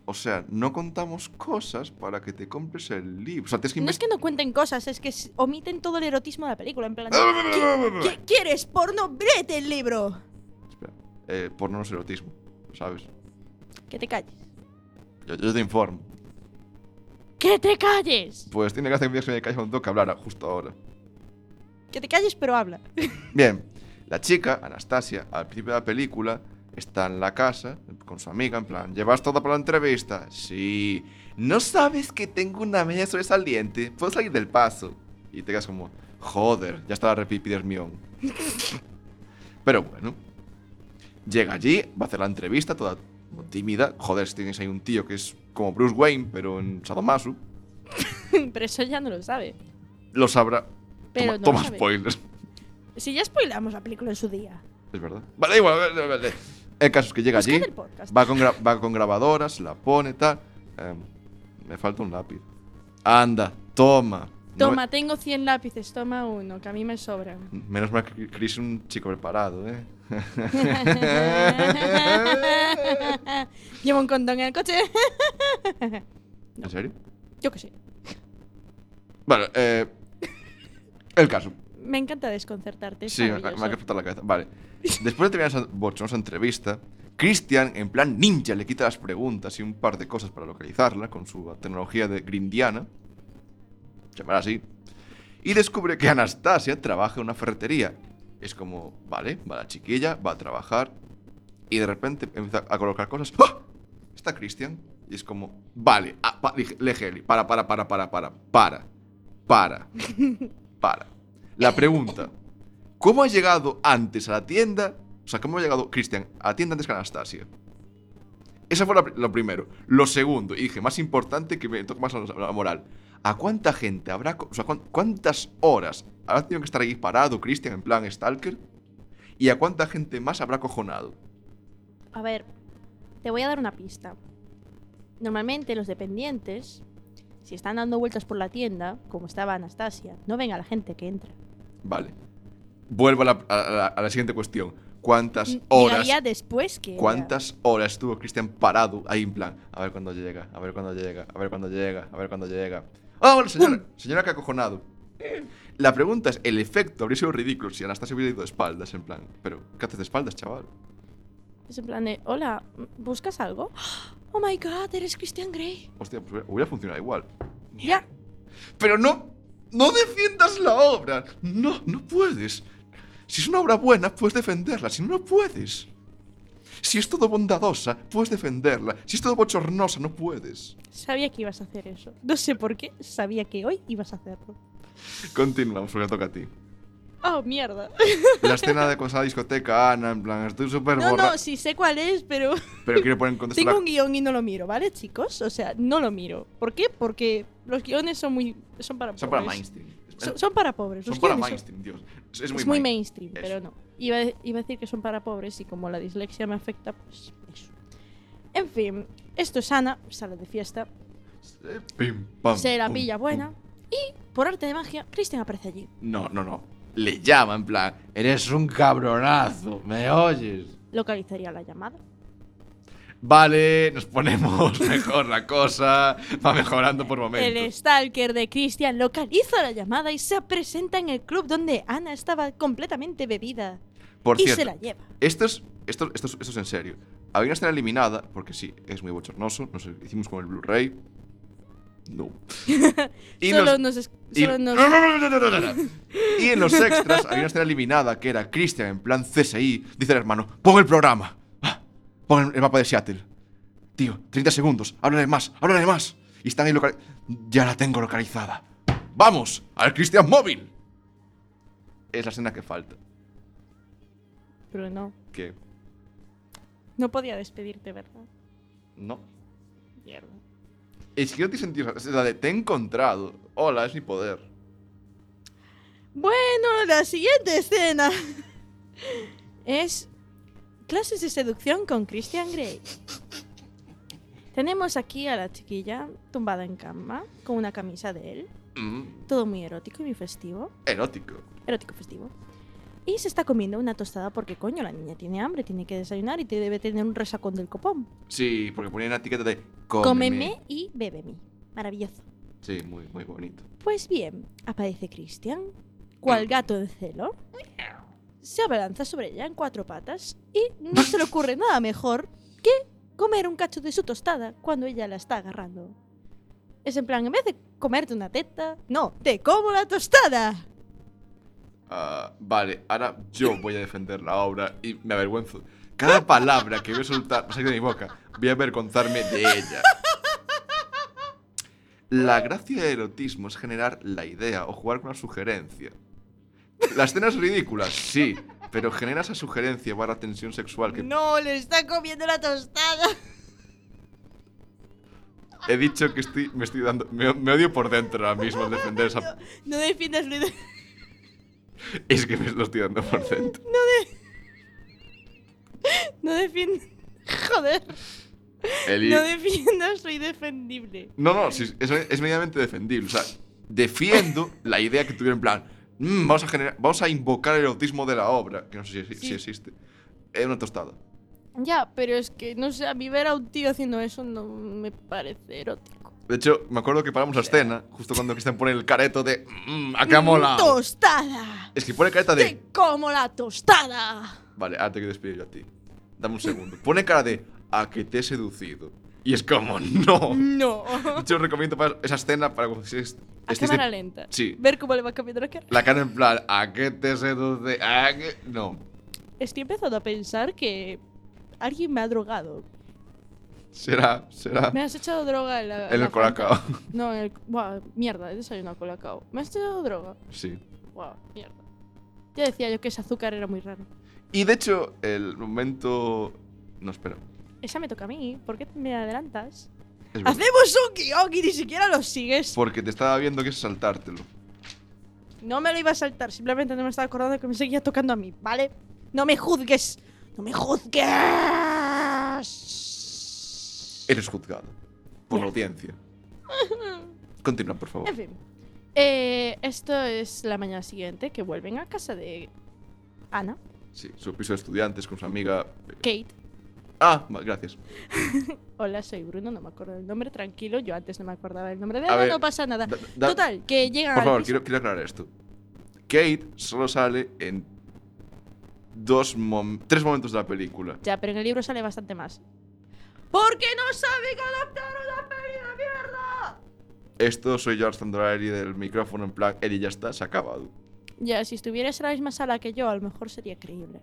O sea, no contamos cosas para que te compres el libro. O sea, tienes que No es investigar. que no cuenten cosas, es que s- omiten todo el erotismo de la película. En plan, ¿qui- qui- ¿quieres porno? ¡Brete el libro! Eh, por no ser autismo, ¿sabes? Que te calles. Yo, yo te informo. ¡Que te calles! Pues tiene que hacer que me calle cuando tengo que hablar justo ahora. Que te calles, pero habla. Bien, la chica, Anastasia, al principio de la película, está en la casa con su amiga, en plan, ¿llevas todo para la entrevista? Sí. ¿No sabes que tengo una media sobresaliente? Puedo salir del paso. Y te quedas como, joder, ya está la repipidermión. Pero bueno, Llega allí, va a hacer la entrevista, toda tímida. Joder, si tienes ahí un tío que es como Bruce Wayne, pero en Sadomasu, Pero eso ya no lo sabe. lo sabrá. Pero no toma lo toma sabe. spoilers. Si ya spoilamos la película en su día. Es verdad. Vale, da igual, vale, vale. El caso es que llega Buscad allí, el podcast. va con, gra- va con grabadoras, la pone, tal. Em, me falta un lápiz. Anda, toma. No me- Toma, tengo 100 lápices, toma uno, que a mí me sobran. Menos mal que Chris es un chico preparado, ¿eh? Llevo un condón en el coche. ¿En serio? Yo qué sé. Vale, eh, el caso. Me encanta desconcertarte. es Sí, me, me ha maravilloso. que frotar la cabeza. Vale. Después de terminar esa bochornosa entrevista, Christian, en plan ninja, le quita las preguntas y un par de cosas para localizarla con su tecnología de grindiana. Llamará así. Y descubre que Anastasia trabaja en una ferretería. Es como, vale, va la chiquilla, va a trabajar. Y de repente empieza a colocar cosas. ¡Ah! Está Christian. Y es como, vale, ah, pa- dije- Legeli, para, para, para, para, para, para, para, para. La pregunta. ¿Cómo ha llegado antes a la tienda? O sea, ¿cómo ha llegado Christian a la tienda antes que Anastasia? Eso fue lo, pri- lo primero. Lo segundo, y dije, más importante que me toca más la, la moral. ¿A cuánta gente habrá... co- O sea, cuán- ¿cuántas horas habrá tenido que estar ahí parado Christian en plan Stalker? ¿Y a cuánta gente más habrá cojonado? A ver, te voy a dar una pista. Normalmente los dependientes, si están dando vueltas por la tienda, como estaba Anastasia, no ven a la gente que entra. Vale. Vuelvo a la, a la- a la siguiente cuestión. ¿Cuántas N- horas... Llegaría después que... ella. ¿Cuántas horas estuvo Cristian parado ahí en plan? A ver cuándo llega, a ver cuándo llega, a ver cuándo llega, a ver cuándo llega. ¡Ah, bueno, señora! Señora que ha acojonado. La pregunta es, el efecto habría sido ridículo si Anastasia hubiera ido de espaldas, en plan, pero ¿qué haces de espaldas, chaval? Es en plan de, hola, ¿buscas algo? Oh my god, eres Christian Grey. Hostia, pues hubiera- hubiera funcionado igual. Ya. Pero no, no defiendas la obra. No, no puedes. Si es una obra buena, puedes defenderla. Si no, no puedes. Si es todo bondadosa, puedes defenderla. Si es todo bochornosa, no puedes. Sabía que ibas a hacer eso. No sé por qué, sabía que hoy ibas a hacerlo. Continuamos, porque toca a ti. Oh, mierda. La escena de con la discoteca, Ana, en plan, estoy súper No, borra. no, sí sé cuál es, pero Pero quiero poner en contexto. tengo La... un guión y no lo miro, ¿vale, chicos? O sea, no lo miro. ¿Por qué? Porque los guiones son muy... Son para Son para pobres. Mainstream. Son, son para pobres. los Son para guiones son- Mainstream, Dios. Es, es muy, es muy main- mainstream, Eso. pero no. Iba, a- iba a decir que son para pobres y como la dislexia me afecta, pues eso. En fin, esto es Ana, sale de fiesta, Eh, pim, pam, se la pum, pilla pum. buena y, por arte de magia, Christian aparece allí. No, no, no. Le llama, en plan, eres un cabronazo, ¿me oyes? Localizaría la llamada. Vale, nos ponemos mejor la cosa. Va mejorando por El momentos. stalker de Christian localiza la llamada y se presenta en el club donde Ana estaba completamente bebida Por y cierto, se la lleva. Esto es, esto, esto, es- esto es en serio. Había una escena eliminada, porque sí, es muy bochornoso. Nos lo hicimos con el Blu-ray. No. Y solo los- nos, es- y- solo nos- No, no, no, no, no, no, no. Y en los extras había una escena eliminada que era Christian en plan CSI. Dice el hermano: Pon el programa. Ah, Pon el mapa de Seattle. Tío, 30 segundos. Háblale más, háblale más. Y están ahí local... Ya la tengo localizada. ¡Vamos! ¡Al Christian móvil! Es la escena que falta. Pero no, Que no podía despedirte, ¿verdad? no. Mierda. Es que no tiene sentido. Es la de te he encontrado. Hola, es mi poder. Bueno, la siguiente escena es clases de seducción con Christian Grey. Tenemos aquí a la chiquilla tumbada en cama con una camisa de él, Mm, todo muy erótico y muy festivo, erótico. erótico festivo. Y se está comiendo una tostada porque coño, la niña tiene hambre, tiene que desayunar y te debe tener un resacón del copón. Sí, porque ponía una etiqueta de Cómeme y bébeme. Maravilloso. Sí, muy, muy bonito. Pues bien, aparece Christian, cual gato en celo, se abalanza sobre ella en cuatro patas y no se le ocurre nada mejor que comer un cacho de su tostada cuando ella la está agarrando. Es en plan, en vez de comerte una teta, no, te como la tostada. Ah, vale, ahora yo voy a defender la obra y me avergüenzo. Cada palabra que voy a soltar, salir de mi boca, voy a avergonzarme de ella. La gracia del erotismo es generar la idea o jugar con la sugerencia. ¿Las escenas ridículas? Sí. Pero genera esa sugerencia para tensión sexual que No, le está comiendo la tostada. he dicho que estoy, me estoy dando. Me, me odio por dentro ahora mismo al defender esa. No defiendas lo ide- Es que me lo estoy dando por dentro. No defiendas. Joder. Eli- No defiendas lo indefendible. No, no, sí, es, es medianamente defendible. O sea, defiendo la idea que tuvieron en plan. "Mm, vamos, a generar, vamos a invocar el autismo de la obra, que no sé si, si Sí. existe. Es una tostada. Ya, pero es que, no sé, a mí ver a un tío haciendo eso no me parece erótico. De hecho, me acuerdo que paramos la escena justo cuando Cristian pone el careto de. "Mm, ¡Acá mola! ¡Tostada! Es que pone careta de. ¡Te como la tostada! Vale, ahora te que despedir yo a ti. Dame un segundo. Pone cara de. A que te he seducido. Y es como, no. No. Yo os recomiendo para esa escena para que si Este es- A estéis cámara de- lenta. Sí. Ver cómo le va cambiando la cara. La cara en plan, ¿a qué te seduce? ¿A qué? No. Estoy empezando a pensar que alguien me ha drogado. Será, será. Me has echado droga en la. En la Fanta. el colacao. No, en el. Buah, mierda, he desayunado colacao. Me has echado droga. Sí. Buah, mierda. Ya decía yo que ese azúcar era muy raro. Y de hecho, el momento. No, espera. Esa me toca a mí. ¿Por qué me adelantas? Es verdad. Hacemos un guión y ni siquiera lo sigues. Porque te estaba viendo que es saltártelo. No me lo iba a saltar, simplemente no me estaba acordando que me seguía tocando a mí, ¿vale? No me juzgues. No me juzgues. Eres juzgado. Por la audiencia. Continúa, por favor. En fin. Eh, esto es la mañana siguiente que vuelven a casa de Ana, Sí, su piso de estudiantes con su amiga. Kate. Ah, va, gracias. Hola, soy Bruno, no me acuerdo del nombre, tranquilo, yo antes no me acordaba del nombre de A Ana, ver, no pasa nada. da- da- Total, que llegan Por al favor, piso- quiero, quiero aclarar esto. Kate solo sale en dos mom- tres momentos de la película. Ya, pero en el libro sale bastante más. Porque no saben adaptar una peli de mierda. Esto soy yo Zandorari del micrófono en plan, Eli ya está, se ha acabado. Ya, si estuvieras en la misma sala que yo, a lo mejor sería creíble.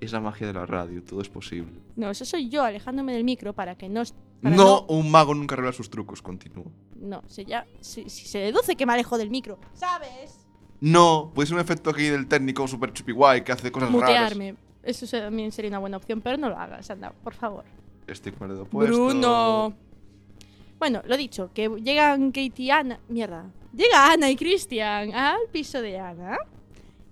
Es la magia de la radio, todo es posible. No, eso soy yo alejándome del micro para que no. para No, un mago nunca revela sus trucos, continúo. No, no, se ya. Si, si se deduce que me alejo del micro, ¿sabes? No, puede ser un efecto aquí del técnico super chupi guay que hace cosas raras. Mutearme. Eso se- también sería una buena opción, pero no lo hagas, anda, por favor. Estoy con el dedo puesto. Bruno. Bueno, lo dicho, que llegan Katie y Ana. Mierda. Llega Ana y Christian al piso de Ana.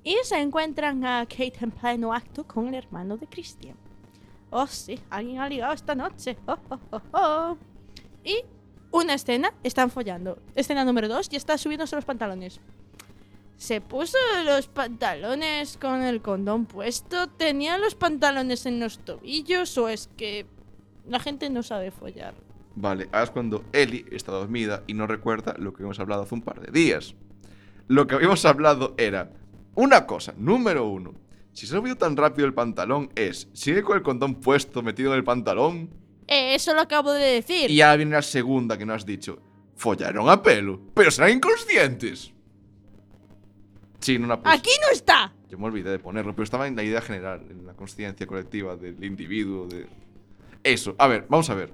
Y se encuentran a Kate en pleno acto con el hermano de Christian. Oh, sí, alguien ha ligado esta noche. Oh, oh, oh, oh. Y una escena, están follando. Escena número dos, y está subiéndose los pantalones. Se puso los pantalones con el condón puesto. Tenía los pantalones en los tobillos, o es que la gente no sabe follar. Vale, ahora es cuando Eli está dormida y no recuerda lo que habíamos hablado hace un par de días. Lo que habíamos hablado era una cosa, número uno. Si se ha subido tan rápido el pantalón es, sigue con el condón puesto metido en el pantalón. Eh, eso lo acabo de decir. Y ahora viene la segunda que no has dicho. Follaron a pelo, pero serán inconscientes. Sí, no la puse. Aquí no está. Yo me olvidé de ponerlo, pero estaba en la idea general, en la conciencia colectiva del individuo, de... Eso, a ver, vamos a ver.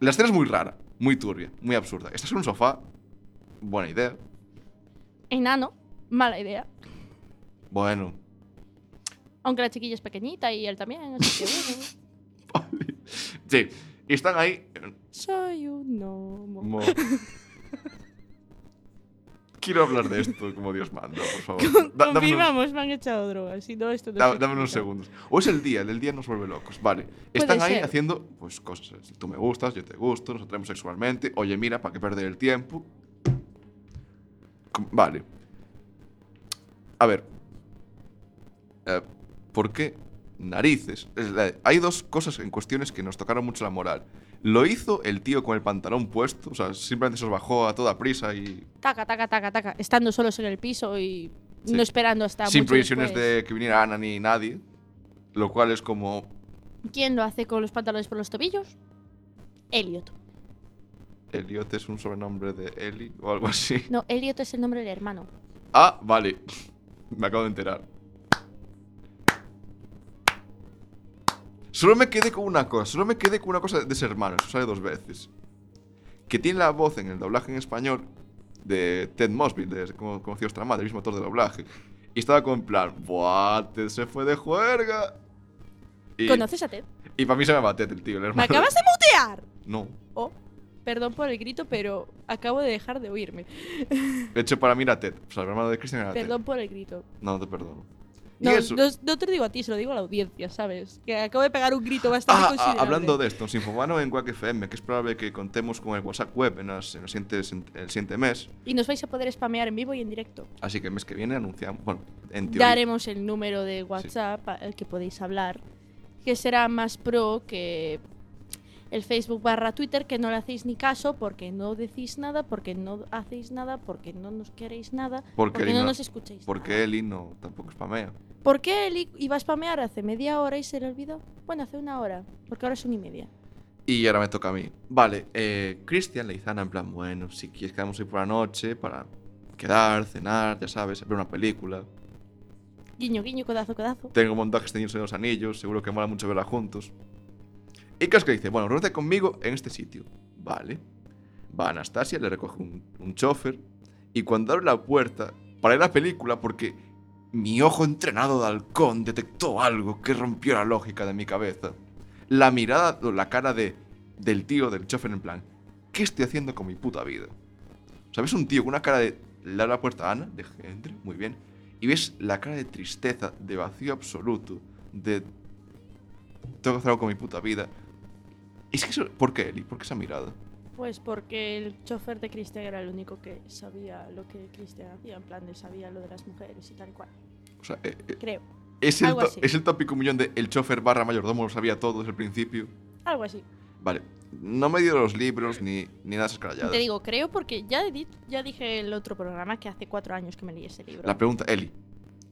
La escena es muy rara, muy turbia, muy absurda. Estás en un sofá, buena idea. Enano, mala idea. Bueno, Aunque la chiquilla es pequeñita y él también, así que bueno. sí, y están ahí... Soy un gnomo. mo- Quiero hablar de esto como Dios manda, por favor. Da- dame unos- Confirmamos, me han echado drogas. Si no, esto no Da- se dame unos explica. segundos. O es el día, el del día nos vuelve locos. Vale. Están ahí ser. haciendo pues cosas. Tú me gustas, yo te gusto, nos atraemos sexualmente. Oye, mira, ¿para qué perder el tiempo? Com- Vale. A ver. Eh, ¿Por qué narices? Es la- Hay dos cosas en cuestiones que nos tocaron mucho la moral. Lo hizo el tío con el pantalón puesto, o sea, simplemente se los bajó a toda prisa y Taca, taca, taca, taca. Estando solos en el piso y Sí. no esperando hasta. sin mucho previsiones después. de que viniera Ana ni nadie. Lo cual es como, ¿Quién lo hace con los pantalones por los tobillos? Elliot. Elliot es un sobrenombre de Eli o algo así. No, Elliot es el nombre del hermano. Ah, vale. Me acabo de enterar. Solo me quedé con una cosa. Solo me quedé con una cosa de ser hermano. Eso sale dos veces. Que tiene la voz en el doblaje en español de Ted Mosby, de como conocido nuestra madre, el mismo actor de doblaje. Y estaba como en plan, ¡buah! Ted se fue de juerga. Y, ¿Conoces a Ted? y para mí se me va Ted el tío, el ¡Me hermano. acabas de mutear! No. Oh, perdón por el grito, pero acabo de dejar de oírme. De hecho, para mí era Ted. O sea, el hermano de Christian era Perdón por el grito. Ted. No, te perdono. Ah, Y No, eso- no, no te lo digo a ti, se lo digo a la audiencia, ¿sabes? Que acabo de pegar un grito bastante Ah, ah, considerable. hablando de esto, Sinfomano en Quack FM, que es probable que contemos con el WhatsApp web en, las- en los siguientes- en el siguiente mes. Y nos vais a poder spamear en vivo y en directo. Así que el mes que viene anunciamos. Bueno, en teoría. Daremos el número de WhatsApp al que podéis hablar, que será más pro que el Facebook barra Twitter, que no le hacéis ni caso porque no decís nada, porque no hacéis nada, porque no nos queréis nada, Porque porque, el no igno- nos escucháis. Porque Eli no tampoco spamea. nada. ¿Por qué él i- iba a spamear hace media hora y se le olvidó? Bueno, hace una hora, porque ahora es una y media. Y ahora me toca a mí. Vale, eh, Cristian le dice a Ana en plan, bueno, si quieres quedamos hoy por la noche para quedar, cenar, ya sabes, ver una película. Guiño, guiño, codazo, codazo. Tengo montajes de Señor de los Anillos, seguro que mola mucho verla juntos. Y Casca que dice, bueno, reúnete conmigo en este sitio. Vale. Va Anastasia, le recoge un, un chofer. Y cuando abre la puerta, para ir a la película, porque mi ojo entrenado de halcón detectó algo que rompió la lógica de mi cabeza. La mirada o la cara de, del tío, del chofer, en plan, ¿qué estoy haciendo con mi puta vida? ¿Sabes? Un tío con una cara de... Le abre la puerta a Ana, de entre, muy bien. Y ves la cara de tristeza, de vacío absoluto, de... Tengo que hacer algo con mi puta vida. Es que eso... ¿Por qué, Eli? ¿Por qué esa mirada? Pues porque el chofer de Cristian era el único que sabía lo que Cristian hacía, en plan de sabía lo de las mujeres y tal y cual. O sea, eh, eh, Creo. es, el Algo to- así. es el tópico millón de el chofer barra mayordomo lo sabía todo desde el principio. Algo así. Vale, no me dio los libros ni, ni nada de esas Te caralladas. digo, creo porque ya, di- ya dije el otro programa que hace cuatro años que me leí ese libro. La pregunta, Eli.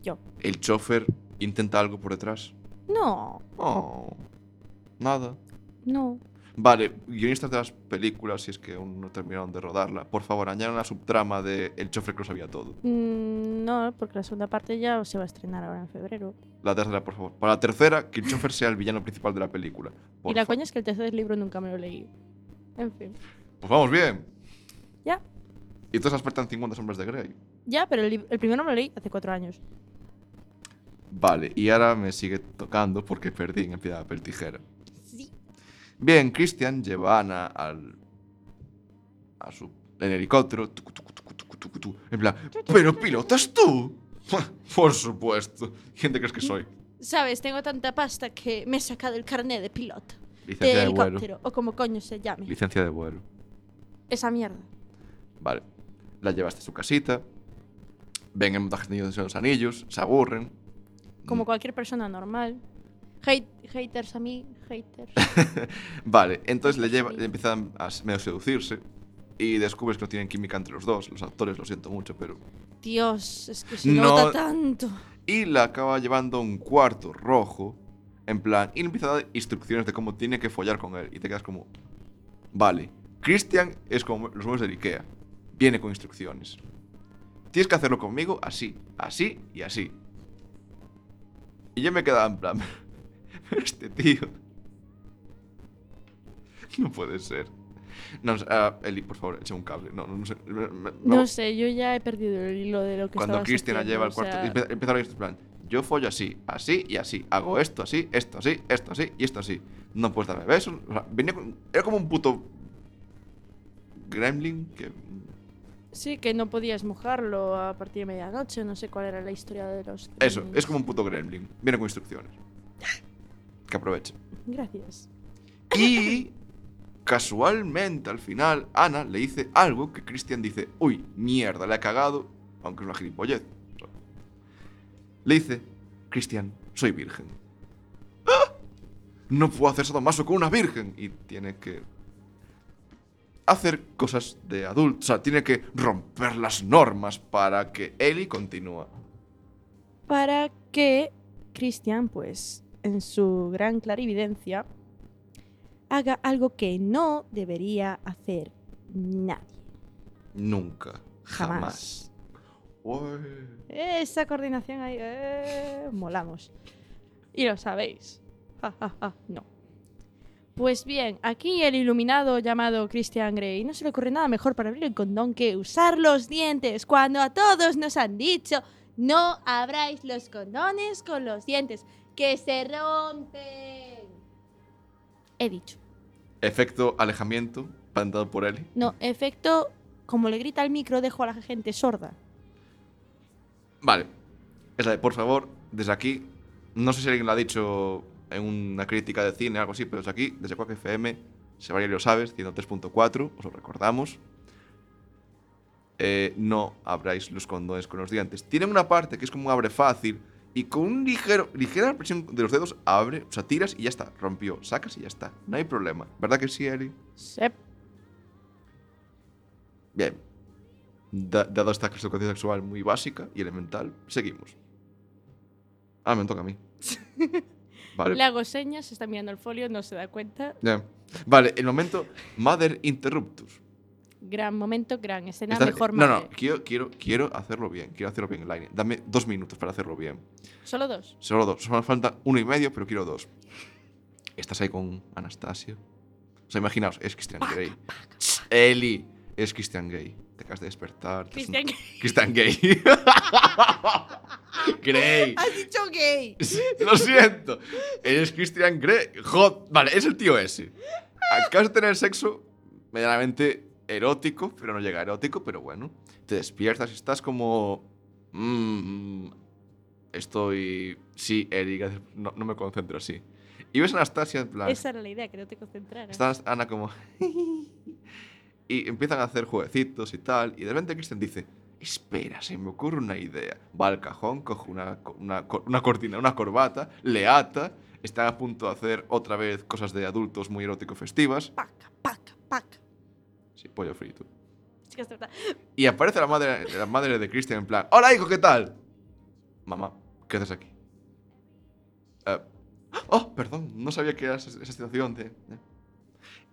Yo. ¿El chofer intenta algo por detrás? No, Oh, nada. no. Vale, guionistas de las películas, si es que aún no terminaron de rodarla, por favor, añadan la subtrama de El chofer que lo sabía todo. Mm, no, porque la segunda parte ya se va a estrenar ahora en febrero. La tercera, por favor. Para la tercera, que el chofer sea el villano principal de la película. Por y la fa- coña es que el tercer libro nunca me lo leí. En fin. Pues vamos bien. Ya. Y todas las faltan 50 sombras de Grey. Ya, pero el, lib- el primero me lo leí hace cuatro años. Vale, y ahora me sigue tocando porque perdí en el piedad papel tijera. Sí. Bien, Christian lleva a Ana al. a su. en helicóptero. tucu, tucu, tucu, tucu, tucu, tucu, En plan, ¿pero pilotas tú? Por supuesto. ¿Quién te crees que soy? Sabes, tengo tanta pasta que me he sacado el carnet de piloto. De Licencia de vuelo. helicóptero, o como coño se llame. Licencia de vuelo. Esa mierda. Vale. La lleva hasta su casita. Ven el montaje de los anillos. Se aburren. Como Mm. cualquier persona normal. Hate- haters a mí, haters. Vale, entonces le, lleva, le empiezan a s- medio seducirse. Y descubres que no tienen química entre los dos. Los actores, lo siento mucho, pero. Dios, es que se No. nota tanto. Y la acaba llevando a un cuarto rojo. En plan, y le empieza a dar instrucciones de cómo tiene que follar con él. Y te quedas como. Vale, Christian es como los muebles de Ikea. Viene con instrucciones. Tienes que hacerlo conmigo así, así y así. Y yo me quedaba en plan. este tío. No puede ser. No, no sé, ah, Eli, por favor, echa un cable. No, no, no sé. me- me- me- No sé, yo ya he perdido el hilo de lo que cuando estabas Cristian la haciendo, lleva al o cuarto. sea, y empieza- Empieza a hablar en plan: Yo follo así, así y así. Hago esto así, esto así, esto así y esto así. No puedes darme besos. O sea, venía con- era como un puto. Gremlin que. Sí, que no podías mojarlo a partir de medianoche, no sé cuál era la historia de los... Eso, gremlins. es como un puto gremlin. Viene con instrucciones. Que aproveche. Gracias. Y. Casualmente, al final, Ana le dice algo que Christian dice: Uy, mierda, le ha cagado. Aunque es una gilipollez. Le dice, Cristian, soy virgen. ¡Ah! No puedo hacer sadomaso con una virgen. Y tiene que hacer cosas de adulto. O sea, tiene que romper las normas para que Eli continúa. Para que Cristian, pues, en su gran clarividencia, haga algo que no debería hacer nadie. Nunca. Jamás. Jamás. Ué. Esa coordinación ahí... eh, molamos. Y lo sabéis. Ja, ja, ja, no. Pues bien, aquí el iluminado llamado Christian Grey no se le ocurre nada mejor para abrir el condón que usar los dientes cuando a todos nos han dicho No abráis los condones con los dientes, que se rompen. He dicho. Efecto alejamiento, plantado por Eli. No, efecto, como le grita al micro, dejo a la gente sorda. Vale. Es la de, por favor, desde aquí, no sé si alguien lo ha dicho en una crítica de cine o algo así, pero desde aquí, desde Quack FM, se vaya lo sabes, 103.4, os lo recordamos. Eh, no abráis los condones con los dientes. Tienen una parte que es como un abre fácil y con un ligero, ligera presión de los dedos abre, o sea, tiras y ya está, rompió, sacas y ya está, no hay problema. ¿Verdad que sí, Eli? Sep. Bien. Da- dado esta clasificación sexual muy básica y elemental, seguimos. Ah, me toca a mí. Vale. Le hago señas, está mirando el folio, no se da cuenta. Ya. Vale, el momento Mother Interruptus. Gran momento, gran escena, Estás- mejor no, madre. no, quiero, quiero, quiero hacerlo bien. Quiero hacerlo bien, Line. Dame dos minutos para hacerlo bien. Solo dos. Solo dos. Solo me falta uno y medio, pero quiero dos. Estás ahí con Anastasia. O sea, imaginaos, es Christian Grey. Eli, es Christian Grey. Te acabas de despertar. te has- Christian Christian Grey. Grey. Has dicho gay. Lo siento. Eres Christian Grey. Jod- Vale, es el tío ese. Acabas de tener sexo medianamente erótico, pero no llega a erótico, pero bueno. Te despiertas y estás como... mm, estoy... Sí, Eric, gracias. no, no me concentro así. Y ves a Anastasia en plan... Esa era la idea, que no te concentraras. Está Ana como... y empiezan a hacer jueguecitos y tal. Y de repente Christian dice... Espera, se me ocurre una idea. Va al cajón, coge una, co- una, co- una cortina, una corbata, le ata. Están a punto de hacer otra vez cosas de adultos muy erótico festivas. Paca, paca, paca. Sí, pollo frito. Sí que es verdad. Y aparece la madre, la madre de Christian en plan... Hola, hijo, ¿qué tal? Mamá, ¿qué haces aquí? Eh, oh, perdón, no sabía que era esa, esa situación de... eh".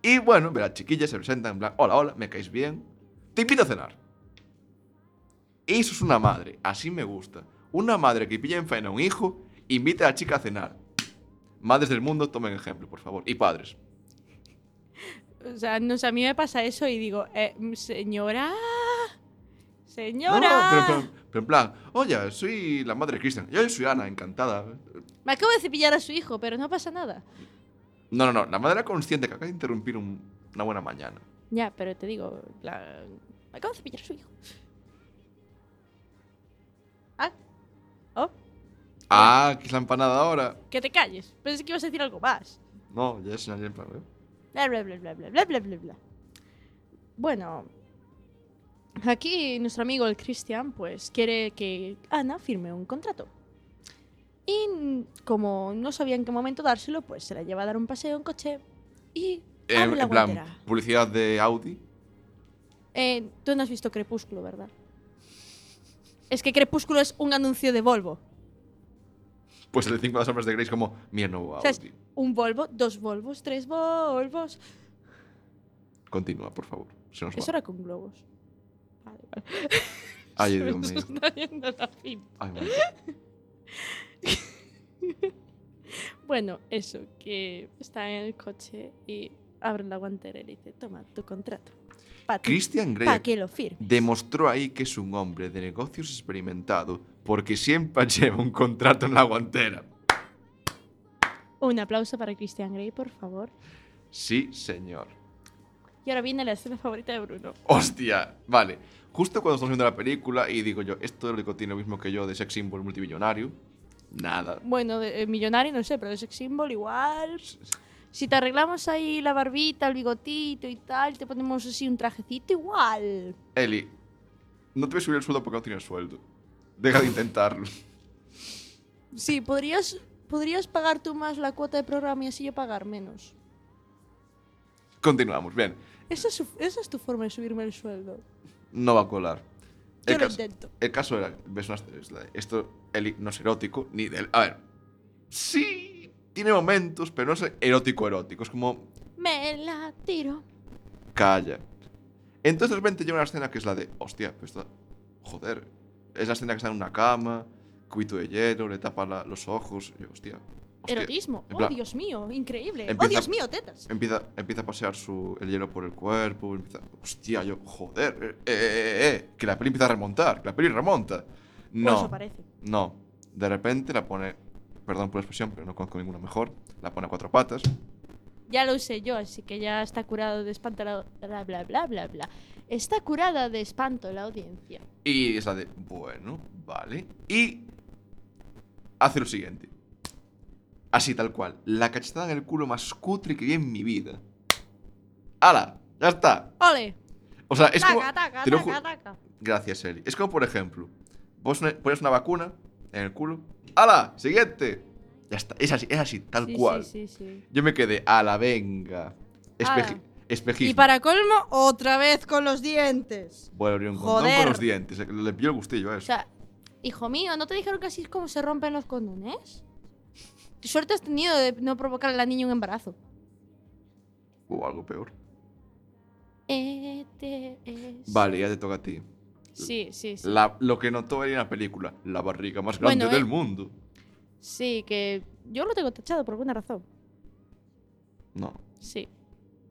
Y bueno, ve a la chiquilla, se presenta en plan... Hola, hola, ¿me caéis bien? Te invito a cenar. Eso es una madre, así me gusta. Una madre que pilla en faena a un hijo, invita a la chica a cenar. Madres del mundo, tomen ejemplo, por favor. Y padres. O sea, no sé, a mí me pasa eso y digo, eh, señora. Señora. No, pero, en plan- pero en plan, oye, soy la madre de Christian. Yo soy Ana, encantada. Me acabo de cepillar a su hijo, pero no pasa nada. No, no, no. La madre era consciente que acaba de interrumpir un- una buena mañana. Ya, pero te digo, en plan, me acabo de cepillar a su hijo. Ah, oh, Ah, que es la empanada ahora. que te calles. Pensé que ibas a decir algo más. No, ya es nadie en plan, ¿eh? Bla, bla, bla, bla, bla, bla, bla, bla, bla. Bueno, aquí nuestro amigo el Christian, pues quiere que Ana firme un contrato. Y mm, como no sabía en qué momento dárselo, pues se la lleva a dar un paseo en coche y Eh, abre la en plan, guantera. publicidad de Audi. Eh, Tú no has visto Crepúsculo, ¿verdad? Es que Crepúsculo es un anuncio de Volvo. Pues el de 5 de las sombras de Grace como mi nuevo O Audi. sea, es un Volvo, dos Volvos, tres Volvos. Continúa, por favor. Se nos va. Eso era con globos. Vale, vale. Ay, Se Dios nos mío. está yendo la pinta. Ay, madre. Bueno, eso, que está en el coche y abre la guantera y le dice, toma tu contrato. Para Christian Grey pa que lo firme. demostró ahí que es un hombre de negocios experimentado porque siempre lleva un contrato en la guantera. Un aplauso para Christian Grey, por favor. Sí, señor. Y ahora viene la escena favorita de Bruno. Hostia, vale. Justo cuando estamos viendo la película y digo yo, esto lo que tiene lo mismo que yo de sex symbol multimillonario. Nada. Bueno, de- eh, millonario no sé, pero de sex symbol igual. Si te arreglamos ahí la barbita, el bigotito y tal, te ponemos así un trajecito igual. Eli, no te voy a subir el sueldo porque no tienes sueldo. Deja de intentarlo. Sí, podrías, podrías pagar tú más la cuota de programa y así yo pagar menos. Continuamos, bien. Esa es, su- esa es tu forma de subirme el sueldo. No va a colar. Yo El lo caso, intento. el caso era, ves una- es la- esto, Eli, no es erótico, ni del... A ver, sí, tiene momentos, pero no es erótico erótico. Es como, Me la tiro. Calla. Entonces de repente llega una escena que es la de, hostia, pues está... Joder. Es la escena que está en una cama, cubito de hielo, le tapa la- los ojos. y yo, hostia. hostia. Erotismo. en Oh, plan- Dios mío, increíble. Oh, Empieza- eh, Dios mío, tetas. Empieza, empieza a pasear su, el hielo por el cuerpo. eh, Empieza, hostia, yo, joder. eh, eh, eh, eh, que la peli empieza a remontar, que la peli remonta. O eso No, parece. no. De repente la pone, perdón por la expresión, pero no conozco ninguna mejor, la pone a cuatro patas. Ya lo usé yo, así que ya está curado de espanto la... Bla, bla, bla, bla, bla. Está curada de espanto la audiencia. Y es la de, bueno, vale. Y hace lo siguiente. Así tal cual. La cachetada en el culo más cutre que vi en mi vida. ¡Hala! ¡Ya está! ¡Ole! O sea, es taca, como... taca, te lo taca, ju- taca. Gracias, Eli. Es como, por ejemplo, vos ne- pones una vacuna en el culo. ¡Hala! ¡Siguiente! Ya está. Es así, es así, tal Sí, cual. Sí, sí, sí. Yo me quedé, ¡ala, venga! Espeji- Ala. Espejismo. Y para colmo, otra vez con los dientes. Voy a abrir un condón Joder. con los dientes. eh, Le pilló el gustillo a O eso. sea, hijo mío, ¿no te dijeron que así es como se rompen los condones? Suerte has tenido de no provocar a la niña un embarazo. o algo peor. Eh, ETS. Vale, ya te toca a ti. Sí, sí, sí. La- lo que notó era en la película, la barriga más Bueno, grande eh. del mundo. Sí, que yo lo tengo tachado por alguna razón. No. Sí.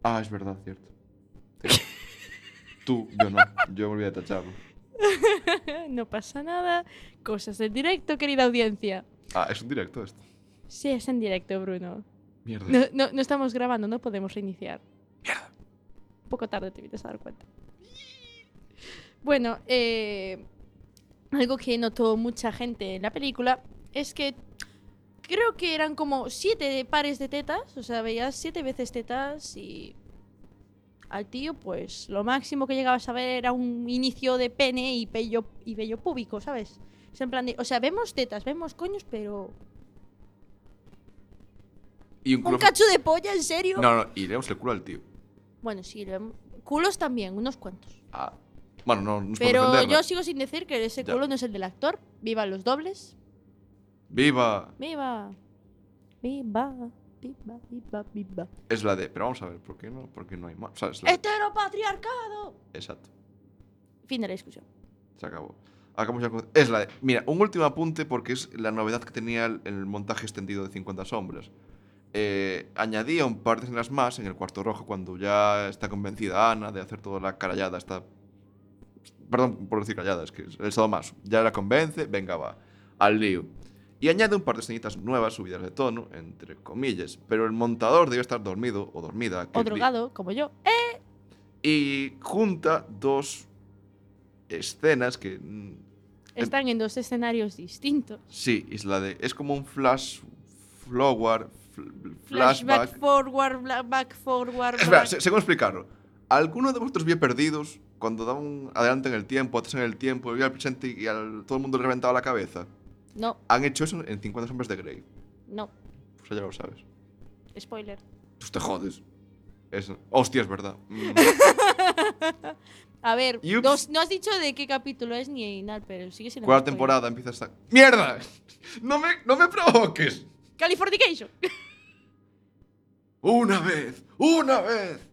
Ah, es verdad, cierto. Tú, yo no. Yo me olvidé de tacharlo. no pasa nada. Cosas en directo, querida audiencia. Ah, es un directo esto. Sí, es en directo, Bruno. Mierda. No, no, no estamos grabando, no podemos reiniciar. Un poco tarde te vienes a dar cuenta. Bueno, eh, algo que notó mucha gente en la película es que creo que eran como siete pares de tetas, o sea, veías siete veces tetas y al tío, pues lo máximo que llegabas a ver era un inicio de pene y vello, y vello púbico, ¿sabes? Es en plan de, o sea, vemos tetas, vemos coños, pero... Y un ¿Un culo. cacho de polla, en serio? No, no, y leemos el culo al tío. Bueno, sí, lo hem- culos también, unos cuantos. Ah. Bueno, no, no es por Pero defenderla. yo sigo sin decir que ese Ya. culo no es el del actor. Viva los dobles. ¡Viva! Viva. Viva. Viva, viva, viva. Es la de. Pero vamos a ver, ¿por qué no? ¿Por qué no hay más? O sea, es la- ¡Heteropatriarcado! Exacto. Fin de la discusión. Se acabó. Acabamos ya con- Es la de... Mira, un último apunte porque es la novedad que tenía el, el montaje extendido de 50 sombras. Eh, añadía un par de escenas más en el cuarto rojo cuando ya está convencida Ana de hacer toda la carallada, está... Perdón por decir callada, es que es todo más. Ya la convence, venga va, al lío. Y añade un par de escenitas nuevas, subidas de tono, entre comillas. Pero el montador debe estar dormido o dormida. que O li- drogado, como yo. Em. ¡Eh! Y junta dos escenas que mm, Están en dos escenarios distintos. Sí, es la de. Es como un flash. Forward. fl- Flashback, flashback. forward, bla- back, forward, Espera, back. sé, sé cómo explicarlo. ¿Alguno de vosotros vio perdidos cuando daban un adelante en el tiempo, atrás en el tiempo, vio al presente y al- todo el mundo le reventaba la cabeza? No, Han hecho eso en 50 Sombras de Grey. no. Pues ya lo sabes. Spoiler. Pues te jodes. Eso. Hostia, es verdad. Mm. A ver, Yups. dos- no has dicho de qué capítulo es ni nada, pero sigue siendo. un Cuarta spoiler. temporada empieza esta. ¡Mierda! ¡No me, ¡No me provoques! Californication. ¡Una vez! ¡Una vez!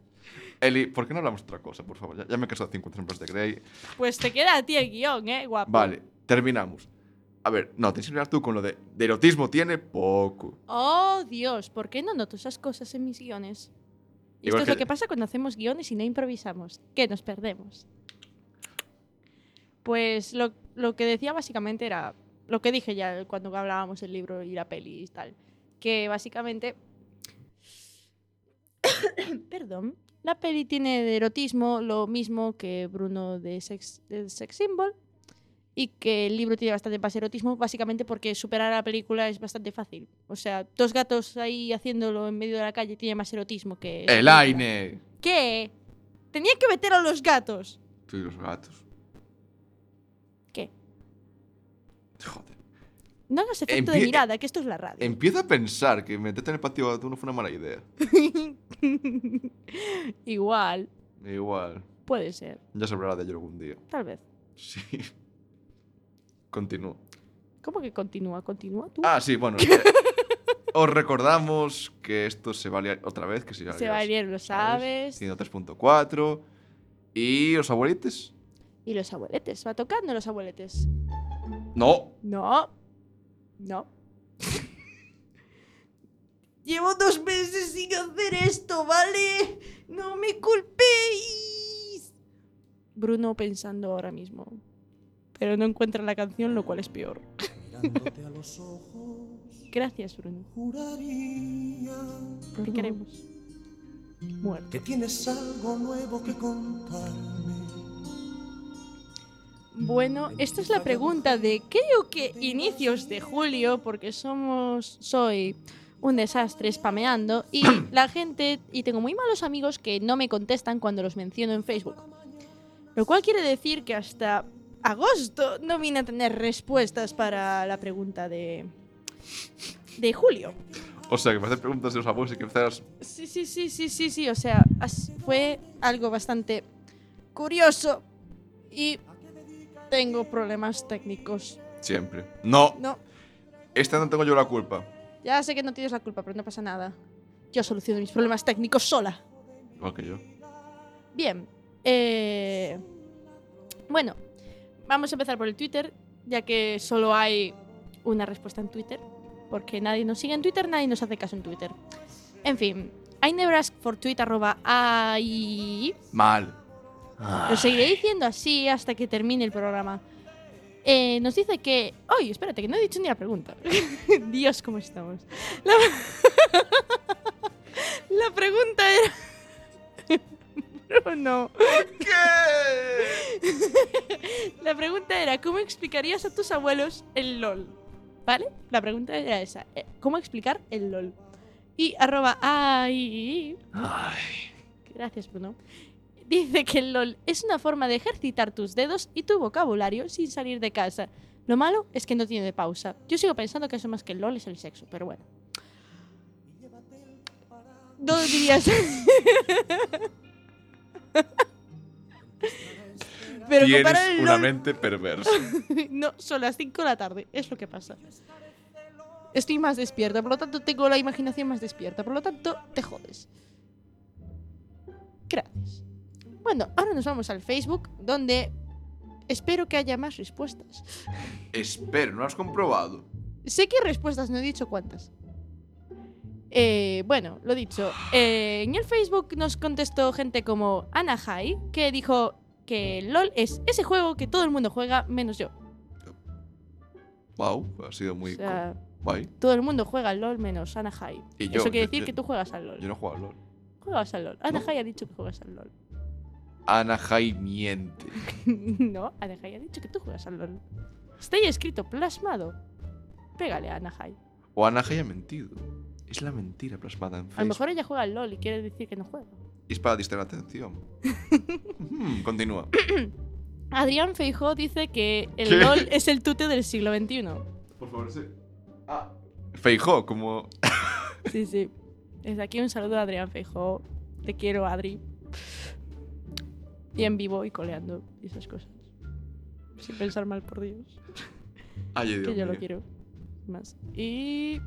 Eli, ¿por qué no hablamos de otra cosa, por favor? Ya, ya me caso de 50 Sombras de Grey. Pues te queda a ti el guión, eh, guapo. Vale, terminamos. A ver, no, tienes que hablar tú con lo de, de erotismo tiene poco. Oh, Dios, ¿por qué no noto esas cosas en mis guiones? Y Esto Igual es que- lo que pasa cuando hacemos guiones y no improvisamos, que nos perdemos. Pues lo, lo que decía básicamente era lo que dije ya cuando hablábamos el libro y la peli y tal, que básicamente... Perdón. La peli tiene de erotismo lo mismo que Bruno de Sex, de sex Symbol y que el libro tiene bastante más erotismo, básicamente porque superar a la película es bastante fácil. O sea, dos gatos ahí haciéndolo en medio de la calle tiene más erotismo que... esa El película. aine. ¿Qué? Tenía que meter a los gatos. Tú y los gatos. ¿Qué? Joder. No hagas efecto Empie- em- de mirada, que esto es la radio. Empieza a pensar que meterte en el patio de uno fue una mala idea. Igual, Igual. puede ser, Ya se hablará de ello algún día. tal vez. Sí. Continúo. ¿Cómo que continúa? ¿Continúa tú? Ah, sí, bueno. eh, os recordamos que esto se va a liar otra vez, que se va a Se liar, va a liar, lo sabes. 103.4. ¿Y los abuelites? Y los abueletes, va tocando los abueletes. No. No. No. Llevo dos meses sin hacer esto, ¿vale? No me culpéis. Bruno pensando ahora mismo. pero no encuentra la canción, lo cual es peor. Gracias, Bruno. Te queremos. Muerto. Que tienes algo nuevo que contarme. Bueno, esta es la pregunta de creo que inicios de julio, porque somos. soy un desastre spameando y la gente. y tengo muy malos amigos que no me contestan cuando los menciono en Facebook. Lo cual quiere decir que hasta agosto no vine a tener respuestas para la pregunta de. de julio. O sea, que me hacer preguntas de los abuelos y que empezaras. Sí, sí, sí, sí, sí, sí. O sea, as- fue algo bastante curioso y tengo problemas técnicos. Siempre. No, No, esta no tengo yo la culpa. ya sé que no tienes la culpa, pero no pasa nada. Yo soluciono mis problemas técnicos sola. Igual que yo. Bien. eh, bueno, vamos a empezar por el Twitter, ya que solo hay una respuesta en Twitter, porque nadie nos sigue en Twitter, nadie nos hace caso en Twitter. En fin, I never ask for tweet arroba AI. Mal. Lo seguiré diciendo así hasta que termine el programa. Eh, nos dice que. ¡Ay, espérate, que no he dicho ni la pregunta! Dios, ¿cómo estamos? La, la pregunta era. no. ¿Qué? La pregunta era: ¿cómo explicarías a tus abuelos el LOL? ¿Vale? La pregunta era esa: eh, ¿cómo explicar el LOL? Y arroba. ¡Ay! Ay. Gracias, Bruno. Dice que el LOL es una forma de ejercitar tus dedos y tu vocabulario sin salir de casa. Lo malo es que no tiene pausa. Yo sigo pensando que eso más que el LOL es el sexo, pero bueno. Dos días. pero Tienes comparar el una LOL mente perversa. no, son las 5 de la tarde, es lo que pasa. Estoy más despierta, por lo tanto tengo la imaginación más despierta, por lo tanto te jodes. Gracias. Bueno, ahora nos vamos al Facebook, donde espero que haya más respuestas. Espero, no lo has comprobado. Sé que hay respuestas, no he dicho cuántas. Eh, bueno, lo dicho. eh, en el Facebook nos contestó gente como Ana Jai, que dijo que LOL es ese juego que todo el mundo juega menos yo. Wow, ha sido muy o sea, co- guay. Todo el mundo juega al LOL menos Anahai. Y yo, Eso quiere yo- decir yo- que tú juegas al LOL. Yo no he jugado al LOL. Juegas al LOL. Anahai ha dicho que juegas al LOL. Ana Jai miente. no, Anahai ha dicho que tú juegas al LOL. Está ahí escrito, plasmado. Pégale a Anahai. O Ana Jai ha mentido. Es la mentira plasmada A en lo Facebook. mejor ella juega al LOL y quiere decir que no juega. Y es para distraer la atención. Mm, continúa. Adrián Feijó dice que el ¿Qué? LOL es el tute del siglo XXI. Por favor, sí. Ah. Feijó, como. Sí, sí. Desde aquí un saludo a Adrián Feijó. Te quiero, Adri. Bien vivo y coleando y esas cosas. Sin pensar mal, por Dios. Ay, Dios que yo lo mío. quiero más. Y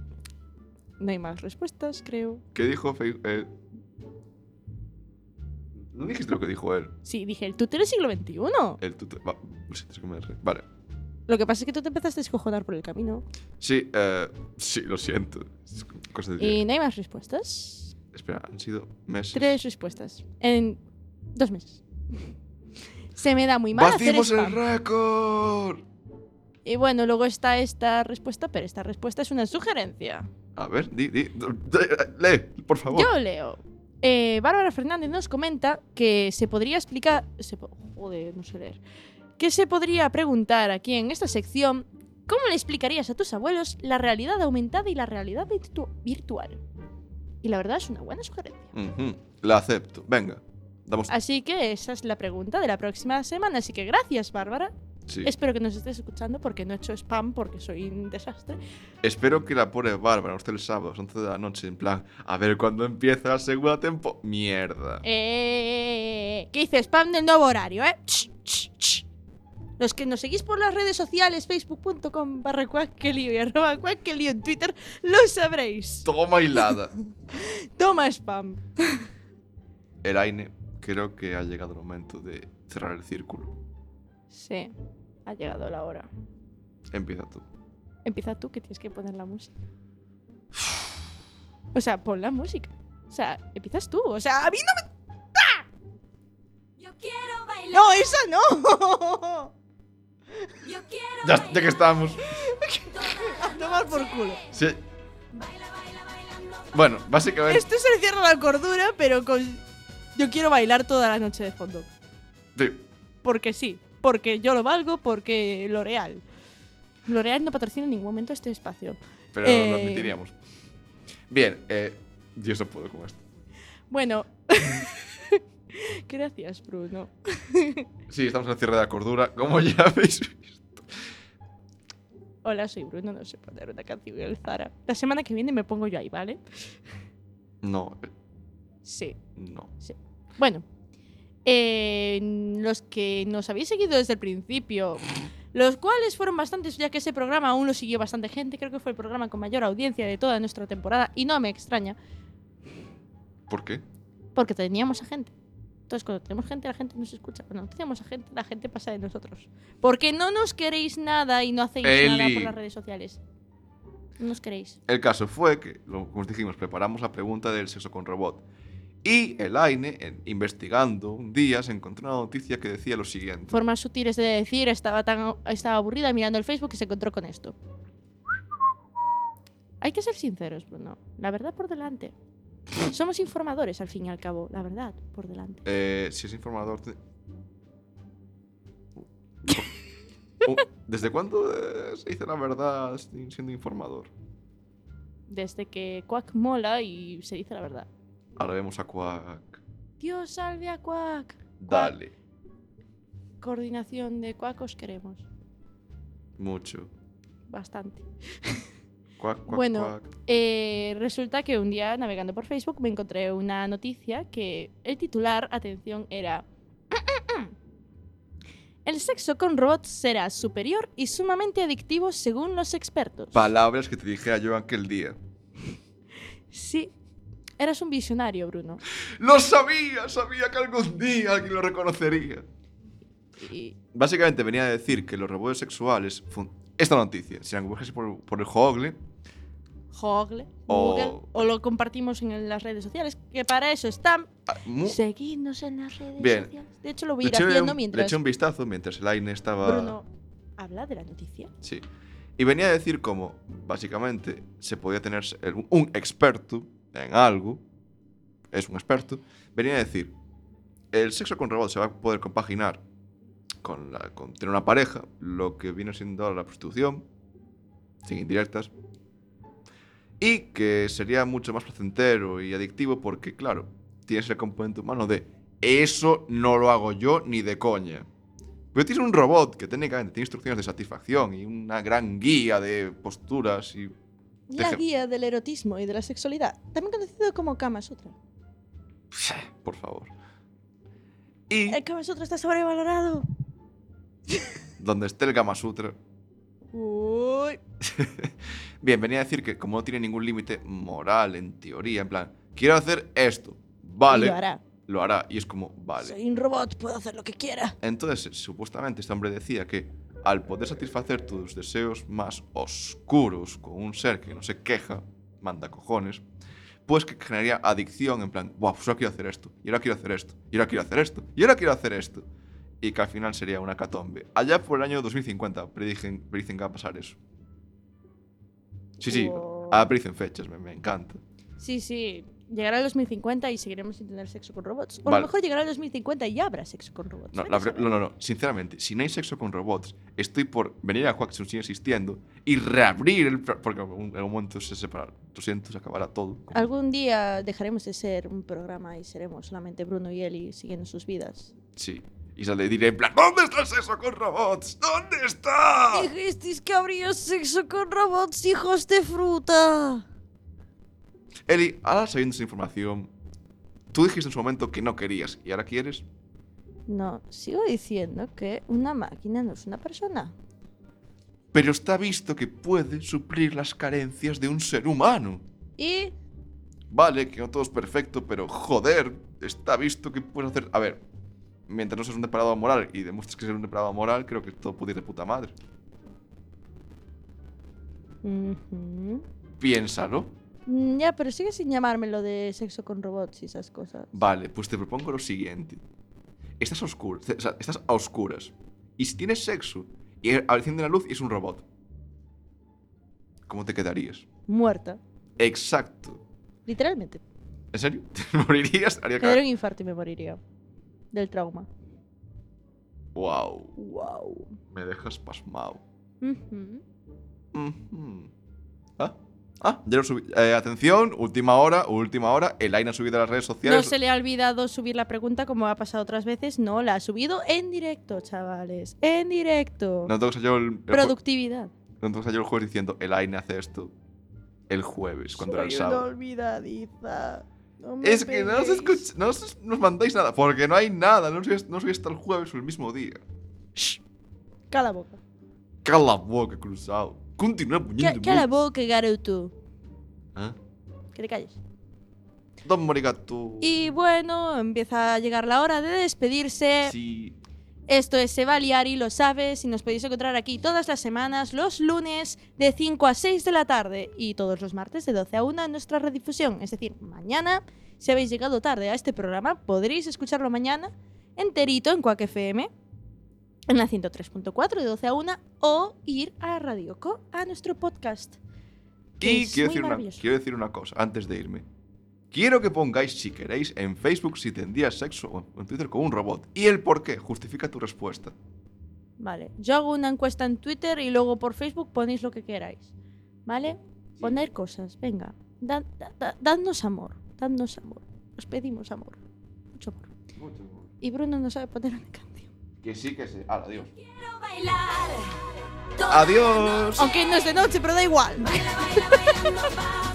no hay más respuestas, creo. ¿Qué dijo Feijó? Eh, No dijiste lo que dijo él. Sí, dije, el Twitter es siglo XXI. El tutor. Va, sí, tienes que me re- Vale. Lo que pasa es que tú te empezaste a descojonar por el camino. Sí, eh, sí, lo siento. Es cosa de Y no hay más respuestas. Espera, han sido meses. Tres respuestas. En dos meses. Se me da muy mal hacer ¡Batimos el spam. récord! Y bueno, luego está esta respuesta, pero esta respuesta es una sugerencia. A ver, di, di. Lee, por favor. Yo leo. Eh, Bárbara Fernández nos comenta que se podría explicar. se po- joder, no sé leer. Que se podría preguntar aquí en esta sección: ¿Cómo le explicarías a tus abuelos la realidad aumentada y la realidad virtu- virtual? Y la verdad es una buena sugerencia. Ujú, La acepto. Venga. Damos. Así que esa es la pregunta de la próxima semana. Así que gracias, Bárbara. Sí. Espero que nos estés escuchando porque no he hecho spam porque soy un desastre. Espero que la pobre Bárbara usted el sábado, a las 11 de la noche, en plan, a ver cuándo empieza la segunda tempo. Mierda. Eh, que hice spam del nuevo horario, ¿eh? Ch, ch, ch. Los que nos seguís por las redes sociales, facebook.com barra cuacquelío y arroba cuacquelío en Twitter, lo sabréis. Toma hilada. Toma spam. El Aine, creo que ha llegado el momento de cerrar el círculo. Sí, ha llegado la hora. Empieza tú. Empieza tú que tienes que poner la música. O sea, pon la música. O sea, empiezas tú. O sea, ¡Ah! a mí no Yo quiero me... bailar. No, esa no. Yo Ya, ya que estamos. A tomar por culo. Sí. Bueno, básicamente. Esto se le cierra la cordura, pero con. Yo quiero bailar toda la noche de fondo. sí. Porque sí. Porque yo lo valgo, porque L'Oreal. L'Oreal no patrocina en ningún momento este espacio. pero lo Eh, admitiríamos. Bien, eh, Dios no puedo con esto. Bueno. Gracias, Bruno. Sí, estamos en el cierre de la cordura, como ya veis. Hola, soy Bruno, no sé poner una canción del Zara. La semana que viene me pongo yo ahí, ¿vale? No, eh, Sí. no. Bueno, eh, los que nos habéis seguido desde el principio, los cuales fueron bastantes, ya que ese programa aún lo siguió bastante gente, creo que fue el programa con mayor audiencia de toda nuestra temporada, y no me extraña, ¿Por qué? porque teníamos a gente. Entonces, cuando tenemos gente, la gente nos escucha. Cuando no tenemos a gente, la gente pasa de nosotros. Porque no nos queréis nada y no hacéis nada Eli. por las redes sociales. No nos queréis. El caso fue que, lo- como os dijimos, preparamos la pregunta del sexo con robot. Y el AINE, en- investigando un día, se encontró una noticia que decía lo siguiente. Formas sutiles de decir, estaba tan estaba aburrida mirando el Facebook y se encontró con esto. Hay que ser sinceros, Bruno. La verdad por delante. Somos informadores, al fin y al cabo. La verdad por delante. Eh, si es informador... te- Oh, ¿Desde cuándo eh, se dice la verdad sin- siendo informador? Desde que Quack mola y se dice la verdad. Ahora vemos a Quack. Dios salve a Quack. Dale. Coordinación de Quack os queremos. Mucho. Bastante. Quack, quack, Bueno, quack. Eh, resulta que un día, navegando por Facebook, me encontré una noticia que el titular, atención, era... "Mm, El sexo con robots será superior y sumamente adictivo según los expertos. Palabras que te dije a yo aquel día. Sí. Eras un visionario, Bruno. ¡Lo sabía! Sabía que algún día alguien lo reconocería. Y Básicamente venía a decir que los revuelos sexuales... fun- Esta noticia, si la buscas por, por el Google... Google, O- Google, o lo compartimos en las redes sociales, que para eso están. ah, mu- Seguidnos en las redes Bien. sociales. De hecho, lo voy le a ir eché haciendo un- le mientras eché un vistazo mientras el Aine estaba... Bruno habla de la noticia. Sí. Y venía a decir cómo, básicamente, se podía tener se- el- un experto en algo, es un experto, venía a decir, el sexo con robots se va a poder compaginar con, la- con tener una pareja, lo que viene siendo ahora la prostitución, sin indirectas, y que sería mucho más placentero y adictivo porque, claro, tienes el componente humano de, eso no lo hago yo ni de coña. Pero tienes un robot que técnicamente tiene instrucciones de satisfacción y una gran guía de posturas y... La Deje- guía del erotismo y de la sexualidad, también conocido como Kama Sutra. Por favor. Y El Kama Sutra está sobrevalorado. donde esté el Kama Sutra... Uy. Bien, venía a decir que como no tiene ningún límite moral, en teoría, en plan, quiero hacer esto. Vale. Y lo hará. Lo hará. Y es como, vale. Soy un robot, puedo hacer lo que quiera. Entonces, supuestamente este hombre decía que al poder satisfacer tus deseos más oscuros con un ser que no se queja, manda cojones, pues que generaría adicción en plan, wow, pues ahora quiero hacer esto, y ahora quiero hacer esto, y ahora quiero hacer esto, y ahora quiero hacer esto. Y que al final sería una catombe. Allá por el año 2050 predicen, predicen que va a pasar eso. Sí, sí, Wow. ah, predicen fechas, me, me encanta. Sí, sí. Llegará el 2050 y seguiremos sin tener sexo con robots. O a Vale. lo mejor llegará el 2050 y ya habrá sexo con robots. ¿eh? No, Vete la a ver- saber. no, no, no. Sinceramente, si no hay sexo con robots, estoy por venir a Quackson sigue existiendo y reabrir el. pro- Porque en algún en algún momento se separará. Lo siento, se acabará todo. Algún día dejaremos de ser un programa y seremos solamente Bruno y Eli siguiendo sus vidas. Sí. Y se le diré en plan: ¿Dónde está el sexo con robots? ¿Dónde está? Dijisteis que habría sexo con robots, hijos de fruta. Eli, ahora sabiendo esa información, tú dijiste en su momento que no querías y ahora quieres. No, sigo diciendo que una máquina no es una persona. Pero está visto que puede suplir las carencias de un ser humano. Y Vale, que no todo es perfecto, pero joder, está visto que puedes hacer. A ver, mientras no seas un depravado moral y demuestres que eres un depravado moral, creo que todo puede ir de puta madre. Ujú. Piénsalo. Mm, Ya, pero sigue sin llamarme lo de sexo con robots y esas cosas. Vale, pues te propongo lo siguiente: estás, oscuro, o sea, estás a oscuras. Y si tienes sexo Y él enciende la luz y es un robot. ¿Cómo te quedarías? Muerta. Exacto. Literalmente. ¿En serio? ¿Te morirías? Haría Me daría un infarto y me moriría. Del trauma. Wow. Wow. Me dejas pasmado. Ujú. Ah, ah, ya lo subí. Eh, atención, última hora, última hora. Elaine ha subido a las redes No sociales. se le ha olvidado subir la pregunta como ha pasado otras veces. No, la ha subido en directo, chavales. En directo. No tengo que ser yo el, el jue- Productividad. no tengo que ser yo el jueves diciendo, Elaine hace esto el jueves, cuando era el sábado. olvidadiza. Es que no os, escuch- no os- no os mandáis nada, porque no hay nada. No os voy a- no os voy a estar el jueves o el mismo día. Cala boca. Cala la boca, cruzado. Continúa puñendo. Cala boca, Garuto. ¿Ah? Que te calles. Don Morigato. Y bueno, empieza a llegar la hora de despedirse. Sí. Esto es Sevaliari, lo sabes, y nos podéis encontrar aquí todas las semanas, los lunes de 5 a 6 de la tarde y todos los martes de 12 a 1 en nuestra redifusión. Es decir, mañana, si habéis llegado tarde a este programa, podréis escucharlo mañana enterito en Quack FM, en la 103.4 de 12 a 1, o ir a Radio Co, a nuestro podcast. que Y es quiero muy decir, una, maravilloso. quiero decir una cosa antes de irme. Quiero que pongáis, si queréis, en Facebook si tendrías sexo o en Twitter con un robot. Y el por qué. Justifica tu respuesta. Vale, yo hago una encuesta en Twitter y luego por Facebook ponéis lo que queráis. ¿Vale? Poner cosas, venga. Da- da- da- dadnos amor, dadnos amor. Os pedimos amor. Mucho amor. Y Bruno no sabe poner una canción. Que sí, que sí. Hala, adiós. bailar. Adiós. Aunque no es de noche, pero da igual. Baila, baila, bailando, vamos.